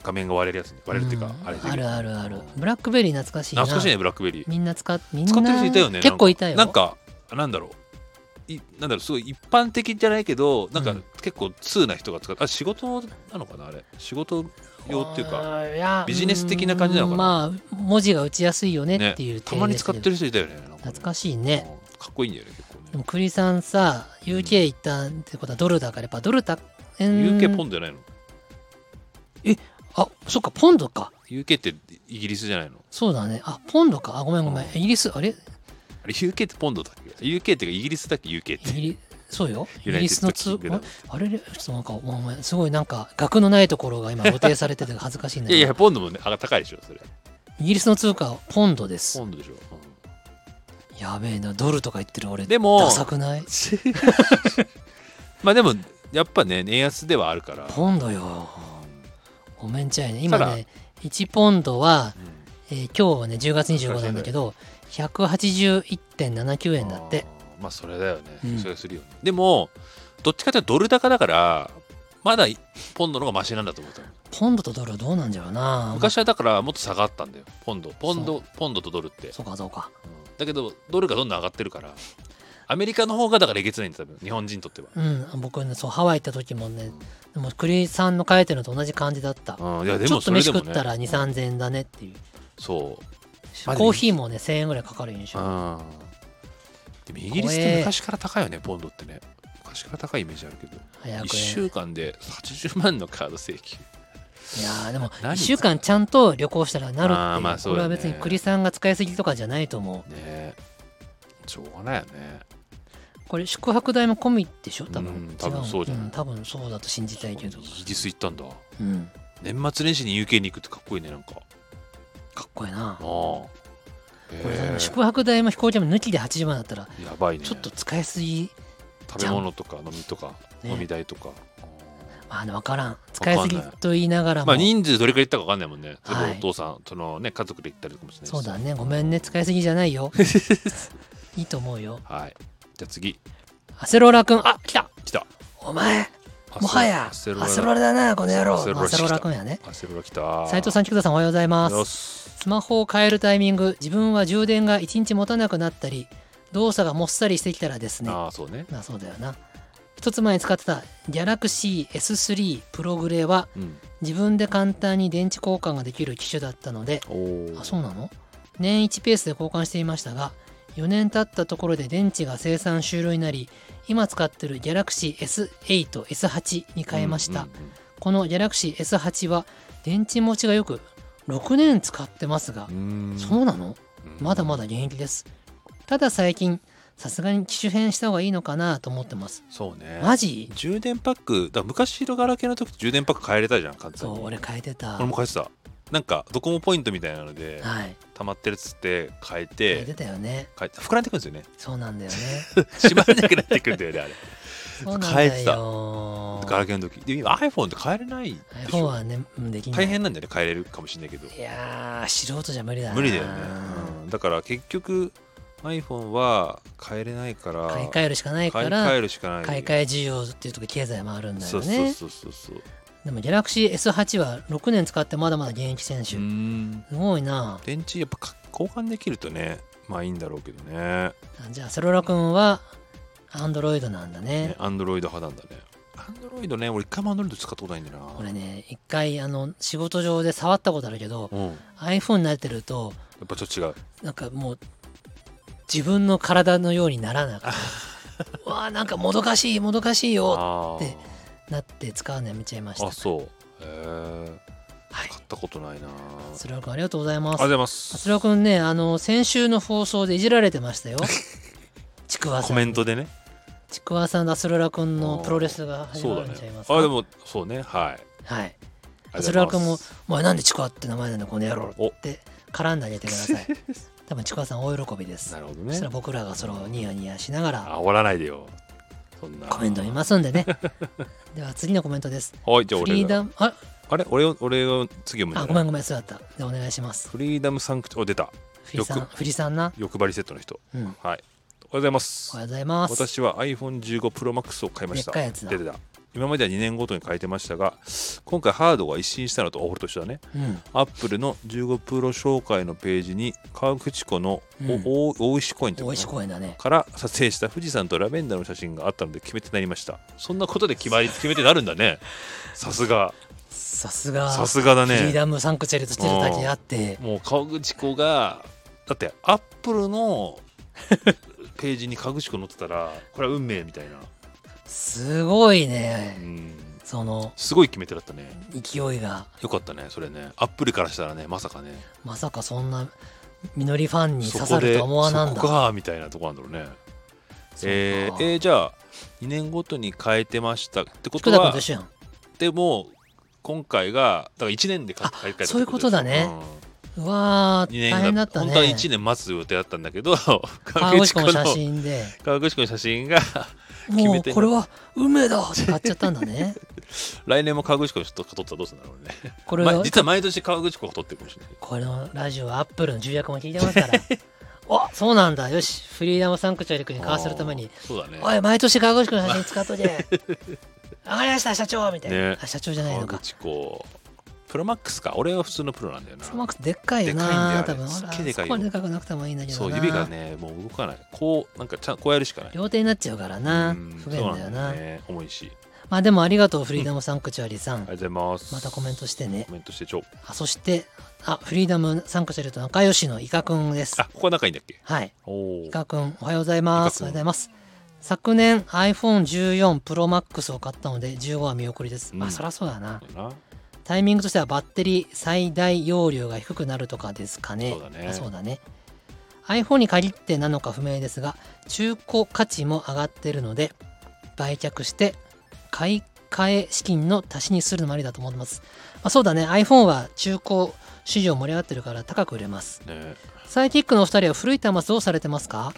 Speaker 2: 画面が割れるやつね割れるっていうか、
Speaker 1: うん
Speaker 2: あれでき
Speaker 1: あるあるあ
Speaker 2: う
Speaker 1: る
Speaker 2: ん
Speaker 1: ブラックベリー懐かしいな
Speaker 2: 懐かしいねブラックベリー
Speaker 1: みんな使っみんな
Speaker 2: 使ってる人いたよね
Speaker 1: 結構いたよ
Speaker 2: なんかなんだろういなんだろうすごい一般的じゃないけどなん
Speaker 1: う
Speaker 2: か
Speaker 1: ん
Speaker 2: 結構通な人が使ってあ仕事なのかなあれ仕事用っていうか
Speaker 1: ーいや
Speaker 2: ビジネス的な感じなのかな
Speaker 1: うんまあ文字が打ちやすいよねっていう
Speaker 2: たまに使って
Speaker 1: る
Speaker 2: る人いたよねなんかね
Speaker 1: 懐かしいね
Speaker 2: うんかっこいいんだよね結構
Speaker 1: で
Speaker 2: ね
Speaker 1: も栗さんさ UK 行ったってことはドルだからやっぱドルた円
Speaker 2: UK ポンドじゃないの
Speaker 1: あそっかポンドか
Speaker 2: UK ってイギリスじゃないの
Speaker 1: そうだねあポンドかあごめんごめん
Speaker 2: うん
Speaker 1: イギリスあれイ
Speaker 2: あれ UK ってポンドだっけ UK ってかイギリスだっけ UK って
Speaker 1: ギリそうよイギ
Speaker 2: ユナ
Speaker 1: リ
Speaker 2: イテッ
Speaker 1: ス
Speaker 2: ド
Speaker 1: の
Speaker 2: キ
Speaker 1: 通
Speaker 2: ングダム
Speaker 1: あれれちょっとなんかごめんすごいなんか額のないところ が今露呈されてて恥ずかしいんだ
Speaker 2: いやい
Speaker 1: けど
Speaker 2: やポンドもねあ高いでしょそれ
Speaker 1: イギリスの通貨はポンドです
Speaker 2: ポンドでしょ、
Speaker 1: やべえなドルとか言ってる俺
Speaker 2: でも
Speaker 1: ダサくない
Speaker 2: うん まあでもやっぱね円安ではあるから、
Speaker 1: ポンドよごめんちゃいね今
Speaker 2: ただ
Speaker 1: ね1ポンドは
Speaker 2: うん
Speaker 1: えー今日はね10月25なんだけど181.79円だって
Speaker 2: あーまあそれだよね、
Speaker 1: うん
Speaker 2: それするよねでもどっちかっていうとドル高だからまだポンドの方がマシなんだと思ったの
Speaker 1: ポンドとドルはどうなんじゃろうな
Speaker 2: 昔はだからもっと下があったんだよポンドポンドポンドとドルって
Speaker 1: そうかそうか
Speaker 2: うんだけどドルがどんどん上がってるからアメリカの方がだからえげつないんだ多分日本人にとっては
Speaker 1: うん僕ねそうハワイ行った時もねでも栗さんの書いてるのと同じ感じだった、
Speaker 2: うんいやで
Speaker 1: ちょ
Speaker 2: も
Speaker 1: っと
Speaker 2: それ
Speaker 1: 飯
Speaker 2: で
Speaker 1: 食
Speaker 2: も
Speaker 1: った
Speaker 2: ね
Speaker 1: ら2 3 0円だねっていう
Speaker 2: そうまあでも
Speaker 1: コーヒーもね1000円ぐらいかかる印象
Speaker 2: うんでもイギリスって昔から高いよねポンドってね昔から高いイメージあるけど
Speaker 1: 早く
Speaker 2: 1
Speaker 1: 円
Speaker 2: 週間で80万のカード請求
Speaker 1: いやーでも
Speaker 2: 何
Speaker 1: 1週間ちゃんと旅行したらなるって
Speaker 2: あ
Speaker 1: い
Speaker 2: ー
Speaker 1: う,、
Speaker 2: まあそ
Speaker 1: こ
Speaker 2: う
Speaker 1: れ
Speaker 2: だ
Speaker 1: は
Speaker 2: ね
Speaker 1: 別に栗さんが使いすぎとかじゃないと思う
Speaker 2: ねえしょうがないよね
Speaker 1: これ宿泊代も込みでしょ多分、
Speaker 2: うん多分そうじゃない
Speaker 1: ん多分そうだと信じたいけど
Speaker 2: イギリス行ったんだ
Speaker 1: うん
Speaker 2: 年末年始に UK に行くってかっこいいねなんか
Speaker 1: かっこいいな
Speaker 2: ああこ
Speaker 1: これさ宿泊代も飛行機も抜きで80万だったら
Speaker 2: やばいね
Speaker 1: ちょっと使いすぎ、
Speaker 2: 食べ物とか飲みとか、
Speaker 1: ね
Speaker 2: 飲み代とか
Speaker 1: まあ分からん使いすぎと言いながらも、
Speaker 2: まあ人数どれくらい行ったか分かんないもんね、
Speaker 1: はい
Speaker 2: 例えばお父さんそのね家族で行ったりとかもしないし
Speaker 1: そうだねごめんね使いすぎじゃないよ いいと思うよ
Speaker 2: はいじゃあ次
Speaker 1: アセローラくんあ来た
Speaker 2: 来た
Speaker 1: お前
Speaker 2: アセ
Speaker 1: もはやア
Speaker 2: ア
Speaker 1: セ
Speaker 2: セ
Speaker 1: ロ
Speaker 2: ロ
Speaker 1: ー
Speaker 2: ラ
Speaker 1: ラだなこの野郎まあア
Speaker 2: ア
Speaker 1: セ
Speaker 2: セロ
Speaker 1: ロ
Speaker 2: ラ
Speaker 1: ーラくんやね
Speaker 2: アセロラ来た
Speaker 1: 斉藤さん菊田さんおはようございま
Speaker 2: よ
Speaker 1: す
Speaker 2: し
Speaker 1: スマホを変えるタイミング自分は充電が1日持たなくなったり動作がもっさりしてきたらですね
Speaker 2: ああそうね
Speaker 1: なそうだよな一つ前に使ってた GalaxyS3 プログレは
Speaker 2: うん
Speaker 1: 自分で簡単に電池交換ができる機種だったので
Speaker 2: おお
Speaker 1: あそうなの年1ペースで交換していましたが4年経ったところで電池が生産終了になり今使ってる GalaxyS8S8 に変えました、この GalaxyS8 は電池持ちがよく6年使ってますが
Speaker 2: う、んうん
Speaker 1: そうなの
Speaker 2: うん
Speaker 1: まだまだ現役ですただ最近さすがに機種変した方がいいのかなと思ってます
Speaker 2: そうね
Speaker 1: マジ
Speaker 2: 充電パックだから昔のガラケーの時って充電パック変えれたじゃん簡単
Speaker 1: そ
Speaker 2: に
Speaker 1: う俺変えてた
Speaker 2: 俺も変えてたなんかドコモポイントみたいなので
Speaker 1: はい
Speaker 2: 溜まってるっつって変え
Speaker 1: 変えて
Speaker 2: て
Speaker 1: たよね
Speaker 2: 変えて膨らんでくんですよね
Speaker 1: そうなんだよね
Speaker 2: 縛れなくなってくんだよねあ れ
Speaker 1: そうなんだ
Speaker 2: 変えてた
Speaker 1: よ
Speaker 2: ガラケーの時で今 iPhone って変えれないでし
Speaker 1: iPhone
Speaker 2: ょ
Speaker 1: はねうんできない
Speaker 2: 大変なんだよね変えれるかもしれないけど
Speaker 1: いやー素人じゃ無理だな
Speaker 2: 無理だよね、うんだから結局 iPhone は変えれないから
Speaker 1: 買い替えるしかないか
Speaker 2: 買い替
Speaker 1: ら
Speaker 2: えるしかない
Speaker 1: 買い替え需要っていうとこ経済もあるんだ
Speaker 2: そ
Speaker 1: よ
Speaker 2: うそう
Speaker 1: ね
Speaker 2: そうそうそう
Speaker 1: でも GalaxyS8 は6年使ってまだまだ現役選手
Speaker 2: う
Speaker 1: す
Speaker 2: ん
Speaker 1: ごいな
Speaker 2: 電池やっぱか交換できるとねまあいいんだろうけどね
Speaker 1: あじゃあセロラ君は Android なんだね
Speaker 2: ねアンドロイド派なんだねアンドロイドね俺一回もアンドロイド使ったことないんだよな
Speaker 1: これね一回あの仕事上で触ったことあるけど
Speaker 2: うんや
Speaker 1: iPhone に慣れてると
Speaker 2: っぱちょっと違う
Speaker 1: なんかもう自分の体のようにならなくて うわーなんかもどかしいもどかしいよ
Speaker 2: あ
Speaker 1: ってなって使うのやめちゃいまし
Speaker 2: ー
Speaker 1: た
Speaker 2: あそうへえ
Speaker 1: はい
Speaker 2: 買ったことないなあり
Speaker 1: セロラ君ありがとうございま
Speaker 2: が
Speaker 1: す
Speaker 2: とうございます
Speaker 1: 八郎くんね、あの、先週の放送でいじられてました よ。ちくわさん。
Speaker 2: コメント。でね
Speaker 1: ちくわさんとアスロラくんのプロレスが始
Speaker 2: そ
Speaker 1: ま
Speaker 2: うだ
Speaker 1: るん
Speaker 2: ね
Speaker 1: ちゃいますか
Speaker 2: あでもそうねはい
Speaker 1: はい。
Speaker 2: ありがとうございま
Speaker 1: ア
Speaker 2: す
Speaker 1: スロラくんも、お前なんでちくわって名前なんだ、この野郎
Speaker 2: お
Speaker 1: って絡んであげてください。多分ちくわさん大喜びです。
Speaker 2: なるほど
Speaker 1: そし
Speaker 2: ね
Speaker 1: たら僕らがそれをニヤニヤしながら
Speaker 2: あ終わらないでよそんな
Speaker 1: コメント見ますん でね。では次のコメントです。
Speaker 2: はいじゃあ
Speaker 1: フ
Speaker 2: 俺
Speaker 1: リー
Speaker 2: が
Speaker 1: ダム、あ、
Speaker 2: あれ俺を俺を次読むんじ
Speaker 1: あ
Speaker 2: ゃ
Speaker 1: ご
Speaker 2: な
Speaker 1: め
Speaker 2: い
Speaker 1: んごめん、そうだった。で、お願いします。
Speaker 2: フリーダムサンクチュお出た
Speaker 1: フリさん、
Speaker 2: よく
Speaker 1: フリさんな。
Speaker 2: 欲張りセットの人
Speaker 1: うん。おはよ
Speaker 2: はいおはようございます
Speaker 1: うございます。
Speaker 2: 私は iPhone15 Pro Max を買いました
Speaker 1: でっかいやつだ
Speaker 2: 出てた今までは2年ごとに変えてましたが今回ハードが一新したのとあ俺と一緒だね
Speaker 1: うん。
Speaker 2: アップルの15プロ紹介のページに川口湖の
Speaker 1: うん
Speaker 2: おお大石公園という
Speaker 1: 大
Speaker 2: の
Speaker 1: 石
Speaker 2: かな
Speaker 1: 公園だね。
Speaker 2: から撮影した富士山とラベンダーの写真があったので決めてなりましたそんなことで決まり決めてなるんだねさす が
Speaker 1: さすが。
Speaker 2: さすがだ
Speaker 1: フリー
Speaker 2: ね
Speaker 1: ダムサンクチュアリとしてるだけあって、
Speaker 2: もう川口湖がだってアップ ルのページに川口湖載ってたらこれは運命みたいな、
Speaker 1: すごいうね、
Speaker 2: ん、
Speaker 1: その
Speaker 2: すごい決め手だったね
Speaker 1: 勢いが、
Speaker 2: よかったねそれねアップルからしたらねまさかね
Speaker 1: まさかそんな、みのりファンに
Speaker 2: そ
Speaker 1: 刺
Speaker 2: こ
Speaker 1: さる
Speaker 2: で
Speaker 1: とは思わなん
Speaker 2: そ
Speaker 1: だ。
Speaker 2: こかみたいなとこなんだろうね
Speaker 1: そうか
Speaker 2: えーえーじゃあ2年ごとに変えてましたってこ
Speaker 1: 福
Speaker 2: と
Speaker 1: 田君
Speaker 2: は
Speaker 1: と一緒やん。
Speaker 2: でも今回がだから1年で買い替えたって
Speaker 1: そういうことだねうわ
Speaker 2: うん、2
Speaker 1: ー、
Speaker 2: 年
Speaker 1: 大変だったね。
Speaker 2: 本当は1年待つ予定だったんだけど
Speaker 1: あ
Speaker 2: 川
Speaker 1: おし
Speaker 2: 口
Speaker 1: くも
Speaker 2: 湖
Speaker 1: 写
Speaker 2: の
Speaker 1: 真で、
Speaker 2: 川口湖の写真が 決
Speaker 1: も
Speaker 2: め
Speaker 1: う
Speaker 2: てんだ
Speaker 1: これは運命だって買っちゃったんだ ね。
Speaker 2: 来年も川口湖の人が撮ったらどうするんだろうね
Speaker 1: これ
Speaker 2: ま
Speaker 1: は
Speaker 2: あ、実は毎年川口湖が撮ってるかもしれない
Speaker 1: このラジオはアップルの重役も聞いてます から。おそうなんだ。よし、フリーダムサンクチュアリ君に買わせるために
Speaker 2: あー、そうだね
Speaker 1: おい、毎年川口君の写真使っ とけ。わかりました、社長みたいな、
Speaker 2: ね
Speaker 1: あ社長じゃないのか。
Speaker 2: 川口湖プロマックスか俺は普通のプロなんだよな
Speaker 1: スマックスでっかいよな、多
Speaker 2: でかいんだよあれ
Speaker 1: 分。ほ
Speaker 2: す
Speaker 1: ら
Speaker 2: っげえでか
Speaker 1: そ
Speaker 2: い
Speaker 1: こま
Speaker 2: よ
Speaker 1: ででかくなくてもいいんだけどな。
Speaker 2: そう指がねもう動かないこうなんかちゃんこうやるしかない
Speaker 1: 両手になっちゃうからな。
Speaker 2: うん
Speaker 1: 不便だ
Speaker 2: そ
Speaker 1: よ
Speaker 2: うな
Speaker 1: な。
Speaker 2: んだよね重いし
Speaker 1: まあでもありがとう、フリーダムサンクチュアリさん。
Speaker 2: ありがとうございます
Speaker 1: またコメントしてね
Speaker 2: コ。メントしてちょ
Speaker 1: あ、そして、あ、フリーダムサンクチュアリと仲良しのイカくんです
Speaker 2: あ。ここは仲いいんだっけ
Speaker 1: はい。
Speaker 2: おお
Speaker 1: イカくん、おはようございます。
Speaker 2: イ
Speaker 1: おは
Speaker 2: カくん
Speaker 1: ようございます。昨年 iPhone14 Pro Max を買ったので15は見送りです。
Speaker 2: う
Speaker 1: あ、
Speaker 2: ん
Speaker 1: そりゃそうだな。
Speaker 2: な
Speaker 1: タイミングとしてはバッテリー最大容量が低くなるとかですかね。
Speaker 2: そうだね
Speaker 1: あそうだね。iPhone に限ってなのか不明ですが、中古価値も上がってるので、売却して買い替え資金の足しにするのもありだと思ってます。まあ、そうだね、iPhone は中古市場盛り上がってるから高く売れます。
Speaker 2: ね
Speaker 1: サイキックのお二人は古い端末どうされてますか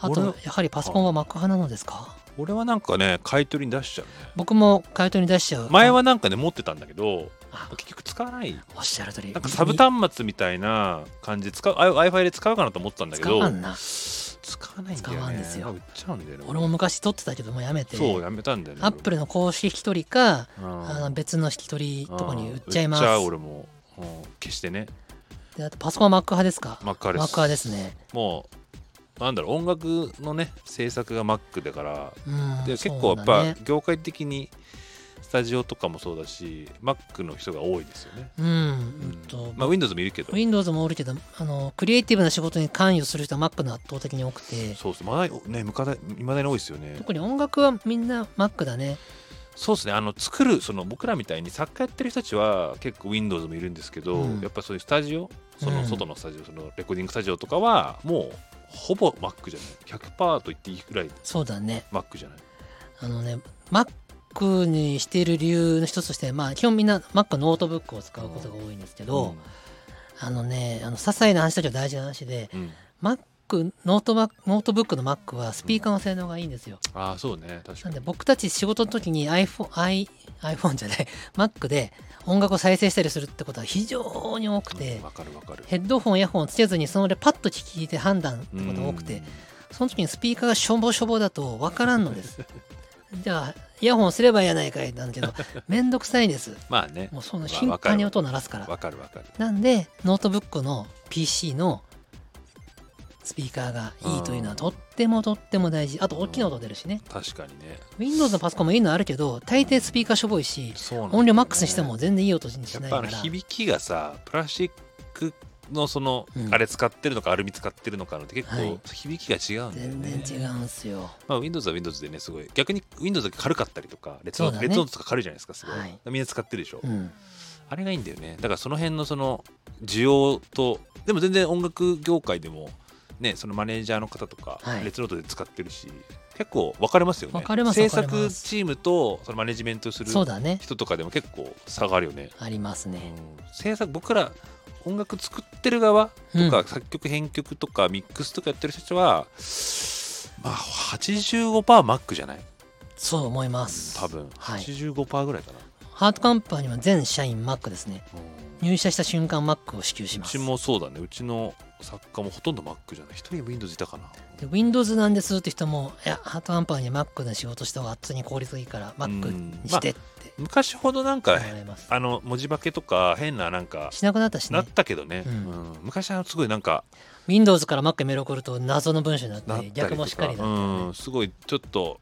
Speaker 1: あ
Speaker 2: 俺は
Speaker 1: と、やはりパソコンは Mac 派なのですか
Speaker 2: 俺はなんかね買い取りに出しちゃうね
Speaker 1: 僕も回答に出しちゃう。
Speaker 2: 前はなんかね持ってたんだけど
Speaker 1: あ、
Speaker 2: 結局使わないな
Speaker 1: おっしゃる通り。
Speaker 2: んかサブ端末みたいな感じで使う iFi で使うかなと思ったんだけ
Speaker 1: 使
Speaker 2: ど
Speaker 1: わんな。
Speaker 2: 使わないんだよね
Speaker 1: 使わんですよ
Speaker 2: なんか売っちゃうんだよね
Speaker 1: 俺も昔撮ってたけどもうやめて
Speaker 2: そうやめたんだよね
Speaker 1: アップルの公式引き取りか、
Speaker 2: うん
Speaker 1: あの別の引き取りとかに売っちゃいます
Speaker 2: うん売っちゃう俺もうん決してね
Speaker 1: であとパソコンは Mac 派ですか
Speaker 2: Mac 派です
Speaker 1: ね
Speaker 2: もうなんだろう音楽のね制作が Mac だから
Speaker 1: うん
Speaker 2: で結
Speaker 1: そ
Speaker 2: 構
Speaker 1: う
Speaker 2: や
Speaker 1: だ
Speaker 2: っぱ、
Speaker 1: ね
Speaker 2: 業界的にスタジオとかもそうだし Mac の人が多いですよね、
Speaker 1: うん、
Speaker 2: うん
Speaker 1: うんと
Speaker 2: まあ、Windows もいるけど
Speaker 1: Windows もおるけどあのクリエイティブな仕事に関与する人は Mac の圧倒的に多くて
Speaker 2: そうですねまだね向かだいまだに多いですよね
Speaker 1: 特に音楽はみんな Mac だね
Speaker 2: そうですねあの作るその僕らみたいに作家やってる人たちは結構 Windows もいるんですけど、
Speaker 1: うん
Speaker 2: やっぱそういうスタジオそうの
Speaker 1: ん
Speaker 2: 外のスタジオ、そのレコーディングスタジオとかはもうほぼ Mac じゃない100%と言っていいくらい
Speaker 1: そうだね
Speaker 2: Mac じゃない
Speaker 1: あのね Mac にしている理由の一つとしてまあ基本みんな Mac はノートブックを使うことが多いんですけど、あのねあの些細な話だけど大事な話で
Speaker 2: うんうん
Speaker 1: Mac ノートバノートブックの Mac はスピーカーの性能がいいんですよ、
Speaker 2: ああそうね確か
Speaker 1: なんで
Speaker 2: に
Speaker 1: 僕たち仕事の時に iPhone, i iPhone じゃない Mac で音楽を再生したりするってことは非常に多くて、
Speaker 2: うんわかるわかる
Speaker 1: ヘッドホンイヤホンつけずにそのでパッと聞いて判断ってことが多くて、その時にスピーカーがしょぼしょぼだと分からんの です。じゃあイヤホンすればいいやないかいなんだけどめんどくさいんです。
Speaker 2: まあね
Speaker 1: もうその
Speaker 2: まあ
Speaker 1: 頻繁に音を鳴らすから。
Speaker 2: わかるわかる
Speaker 1: なんでノートブックの PC のスピーカーがいいというの
Speaker 2: う
Speaker 1: は
Speaker 2: ん
Speaker 1: とってもとっても大事。あと大きな音出るしね。
Speaker 2: 確かにね
Speaker 1: Windows のパソコンもいいのあるけど大抵スピーカーしょぼいし
Speaker 2: そうなんだよね
Speaker 1: 音量マックスにしても全然いい音にし
Speaker 2: や
Speaker 1: ない
Speaker 2: っぱ
Speaker 1: か
Speaker 2: あの
Speaker 1: ら。
Speaker 2: 響きがさプラスチックのその、
Speaker 1: うん
Speaker 2: あれ使ってるのかアルミ使ってるのかのって結構、
Speaker 1: はい
Speaker 2: 響きが違うんだよ
Speaker 1: 全
Speaker 2: ね
Speaker 1: 然違うんすよ。
Speaker 2: まあ、Windows は Windows でねすごい逆に Windows だけ軽かったりとか列
Speaker 1: そう
Speaker 2: 音、
Speaker 1: だね
Speaker 2: 列音とか軽いじゃないですかすごい、
Speaker 1: はい
Speaker 2: みんな使ってるでしょ、
Speaker 1: うん。
Speaker 2: あれがいいんだよねだからその辺のその需要とでも全然音楽業界でもねそのマネージャーの方とか、
Speaker 1: はい
Speaker 2: 列ノートで使ってるし結構分かれますよね
Speaker 1: 分かれます
Speaker 2: 制
Speaker 1: 分かれ
Speaker 2: 作
Speaker 1: ます
Speaker 2: チームとそのマネジメントする
Speaker 1: そうだね。
Speaker 2: 人とかでも結構差があるよね
Speaker 1: ありますね。
Speaker 2: 制作僕ら音楽作ってる側とか、
Speaker 1: う
Speaker 2: 作曲編曲とかミックスとかやってる人たちはまあ 85%Mac じゃない
Speaker 1: そう思います。
Speaker 2: 多分、
Speaker 1: はい
Speaker 2: 85%ぐらいかな、
Speaker 1: ハートカンパニーは全社員 Mac ですね。
Speaker 2: う
Speaker 1: 入社した瞬間 Mac を支給し
Speaker 2: んう
Speaker 1: ます
Speaker 2: ち。もそうだねうちの作家もほとんど Mac じゃない一人 Windows いたかな
Speaker 1: で Windows なんですって人も、いや、ハートカンパニー Mac で仕事した方が圧に効率がいいから
Speaker 2: う
Speaker 1: Mac
Speaker 2: ん
Speaker 1: にしてって
Speaker 2: 昔ほどなん
Speaker 1: も
Speaker 2: から
Speaker 1: います。
Speaker 2: あの文字化けとか変ななんか
Speaker 1: しなくなったし
Speaker 2: な
Speaker 1: ね
Speaker 2: っ。たけどね、
Speaker 1: うん
Speaker 2: うん昔はすごいなんか
Speaker 1: Windows から Mac にメール送ると謎の文章になっ
Speaker 2: なったり
Speaker 1: て、
Speaker 2: とか
Speaker 1: 逆もしっかりな
Speaker 2: うん、すごいちょっと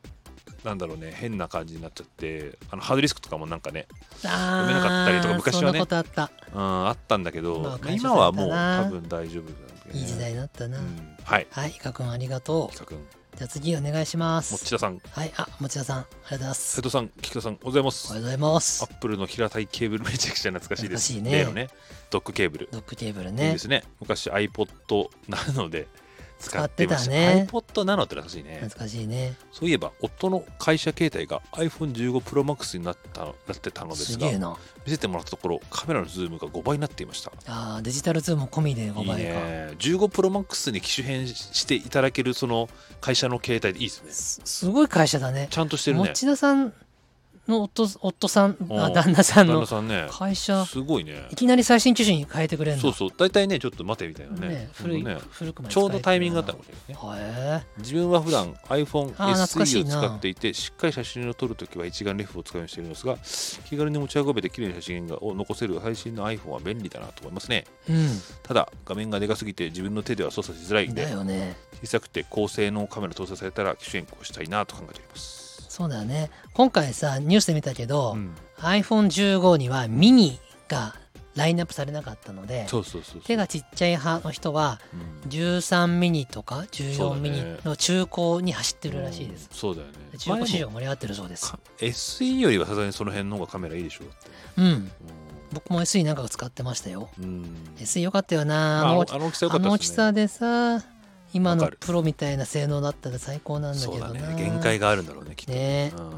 Speaker 2: なんだろうね変な感じになっちゃってあのハードディスクとかもなんかね、
Speaker 1: あー
Speaker 2: 読めなかったりとか昔はね
Speaker 1: そんなことあった。
Speaker 2: うん、あったんだけ
Speaker 1: ま
Speaker 2: ど
Speaker 1: あ
Speaker 2: まあ
Speaker 1: 解消
Speaker 2: 今
Speaker 1: さ
Speaker 2: はも
Speaker 1: れ
Speaker 2: う
Speaker 1: たな
Speaker 2: 多分大丈夫なんだけどね
Speaker 1: いい時代になったな。
Speaker 2: うん、はい
Speaker 1: はい、イカ君ありがと
Speaker 2: 菊田君
Speaker 1: う。じゃあ次お願いします
Speaker 2: 持。田さん
Speaker 1: はい、あ、持田さん、ありがとうございます。
Speaker 2: 瀬戸さん菊田さんおはようございま
Speaker 1: おは
Speaker 2: す
Speaker 1: ようございま
Speaker 2: ア
Speaker 1: す。
Speaker 2: ップルの平たいケーブルめちゃくちゃ懐かしいです
Speaker 1: 懐かしいね
Speaker 2: 例のねドックケーブル、
Speaker 1: ドックケーブル
Speaker 2: いい
Speaker 1: ね
Speaker 2: で。すね昔 iPod なので使ってまし
Speaker 1: 使ってた
Speaker 2: た
Speaker 1: ね
Speaker 2: iPod なのって懐かしいね
Speaker 1: 懐かしいね。
Speaker 2: そういえば夫の会社携帯が iPhone15ProMax になったなってたのです
Speaker 1: す
Speaker 2: が
Speaker 1: げえな。
Speaker 2: 見せてもらったところカメラのズームが5倍になっていました
Speaker 1: あーデジタルズーム込みで5
Speaker 2: い
Speaker 1: 倍
Speaker 2: い
Speaker 1: か。
Speaker 2: ね 15ProMax に機種変していただけるその会社の携帯でいいですね
Speaker 1: すすごい会社だね。
Speaker 2: ちゃんとしてるね
Speaker 1: 持田さんの夫夫さん
Speaker 2: う
Speaker 1: あ、
Speaker 2: ん
Speaker 1: 旦那さん
Speaker 2: 旦那
Speaker 1: の
Speaker 2: さんね
Speaker 1: 会社、
Speaker 2: すごいね
Speaker 1: いきなり最新機種に変えてくれるの。
Speaker 2: そうそう大体ねちょっと待てみたいなね
Speaker 1: ね古い、
Speaker 2: ほんとね
Speaker 1: 古くまで
Speaker 2: ちょうどタイミングがあったの
Speaker 1: へ
Speaker 2: かもしれないね
Speaker 1: え。
Speaker 2: 自分は普段
Speaker 1: あー懐かし
Speaker 2: iPhoneSE
Speaker 1: い
Speaker 2: を
Speaker 1: な
Speaker 2: 使っていてしっかり写真を撮るときは一眼レフを使うようにしているんですが気軽に持ち運べて綺麗な写真がを残せる最新の iPhone は便利だなと思いますね
Speaker 1: うん。
Speaker 2: ただ画面がでかすぎて自分の手では操作しづらいんで
Speaker 1: だよね。
Speaker 2: 小さくて高性能カメラ搭載されたら機種変更したいなと考えております、
Speaker 1: そうだよね。今回さ、ニュースで見たけど、
Speaker 2: うん、
Speaker 1: iPhone15 にはミニがラインナップされなかったので、
Speaker 2: そうそうそうそう
Speaker 1: 手が、ちっちゃい派の人は、
Speaker 2: うん
Speaker 1: 13ミニとか
Speaker 2: そうだ
Speaker 1: 14
Speaker 2: ね
Speaker 1: ミニの中古に走ってるらしいです
Speaker 2: う。んそうだよね
Speaker 1: 中古市
Speaker 2: 前
Speaker 1: 場
Speaker 2: も
Speaker 1: 盛り上がってるそうです
Speaker 2: か。SE よりはさすがにその辺の方がカメラいいでしょだって
Speaker 1: うん。僕も SE なんかを使ってましたよ。
Speaker 2: うん
Speaker 1: SE 良かったよ
Speaker 2: ま
Speaker 1: な。
Speaker 2: あ
Speaker 1: あの
Speaker 2: あの
Speaker 1: 大き
Speaker 2: あの大きさ良か
Speaker 1: あ
Speaker 2: った
Speaker 1: の大
Speaker 2: で
Speaker 1: き
Speaker 2: すね
Speaker 1: さでさ、今
Speaker 2: わ
Speaker 1: の
Speaker 2: かる
Speaker 1: プロみたいな性能だったら最高なんだけ
Speaker 2: そう
Speaker 1: どな。
Speaker 2: だね限界があるんだろうねきっと
Speaker 1: ね
Speaker 2: うん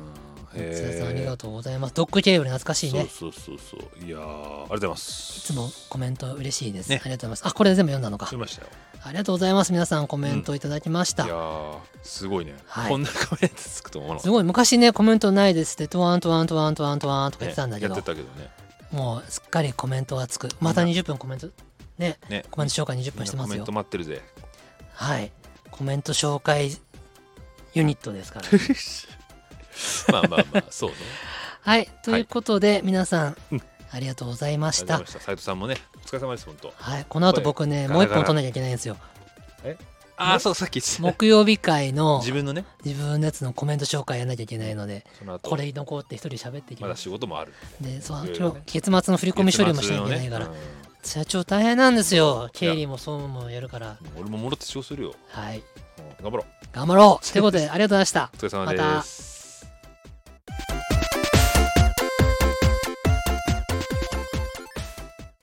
Speaker 1: え。津田さんあり
Speaker 2: へー
Speaker 1: がとうございます。ドッグケーブル懐かしいね。い
Speaker 2: そうそうそうそういやーありがとうございます
Speaker 1: つもコメント嬉しいです。
Speaker 2: ね
Speaker 1: ありがとうございます。あ、これで全部読んだのか
Speaker 2: 読。みましたよ
Speaker 1: ありがとうございます。皆さんコメントいただきました。
Speaker 2: いやーすごいね、
Speaker 1: はい
Speaker 2: こんなカメラでつくと思わな
Speaker 1: す
Speaker 2: い
Speaker 1: ごい昔ねコメントないですってトワントワントワントワントワンとか言ってたんだけ
Speaker 2: や
Speaker 1: ど、
Speaker 2: ってたけどね
Speaker 1: もうすっかりコメントがつくまた20分コメントね
Speaker 2: ね
Speaker 1: コメント紹介20
Speaker 2: み
Speaker 1: 分
Speaker 2: ん
Speaker 1: し
Speaker 2: な
Speaker 1: てま
Speaker 2: コ
Speaker 1: す
Speaker 2: メ
Speaker 1: よ
Speaker 2: ント待って るぜ
Speaker 1: はいコメント紹介ユニットですから
Speaker 2: まあまあまあそうね
Speaker 1: はいということで、皆さんありがとうございま
Speaker 2: あり
Speaker 1: し
Speaker 2: がとうご
Speaker 1: た
Speaker 2: ざいました斉藤さんもねお疲れ様です本当
Speaker 1: はいこの後僕ね
Speaker 2: ガ
Speaker 1: もう
Speaker 2: ラ
Speaker 1: 一
Speaker 2: ガラ
Speaker 1: 本取んなきゃいけないんですよ
Speaker 2: えああそうさっき言ってた
Speaker 1: 木曜日会の
Speaker 2: 自分のね
Speaker 1: 自分のやつのコメント紹介やらなきゃいけないので
Speaker 2: その後
Speaker 1: これ残って一人喋ってき
Speaker 2: まだ
Speaker 1: ま
Speaker 2: 仕事もある
Speaker 1: すでそ
Speaker 2: いろ
Speaker 1: う
Speaker 2: いろね
Speaker 1: 月末の振り込み処理もしなきゃいけないから、
Speaker 2: 月末のね
Speaker 1: 社長大変なんですよ経理も総務もやるから
Speaker 2: うん俺も戻って仕事するよ
Speaker 1: はい
Speaker 2: うん頑張ろう
Speaker 1: 頑張ろうということでありがとうございました
Speaker 2: お疲れ様です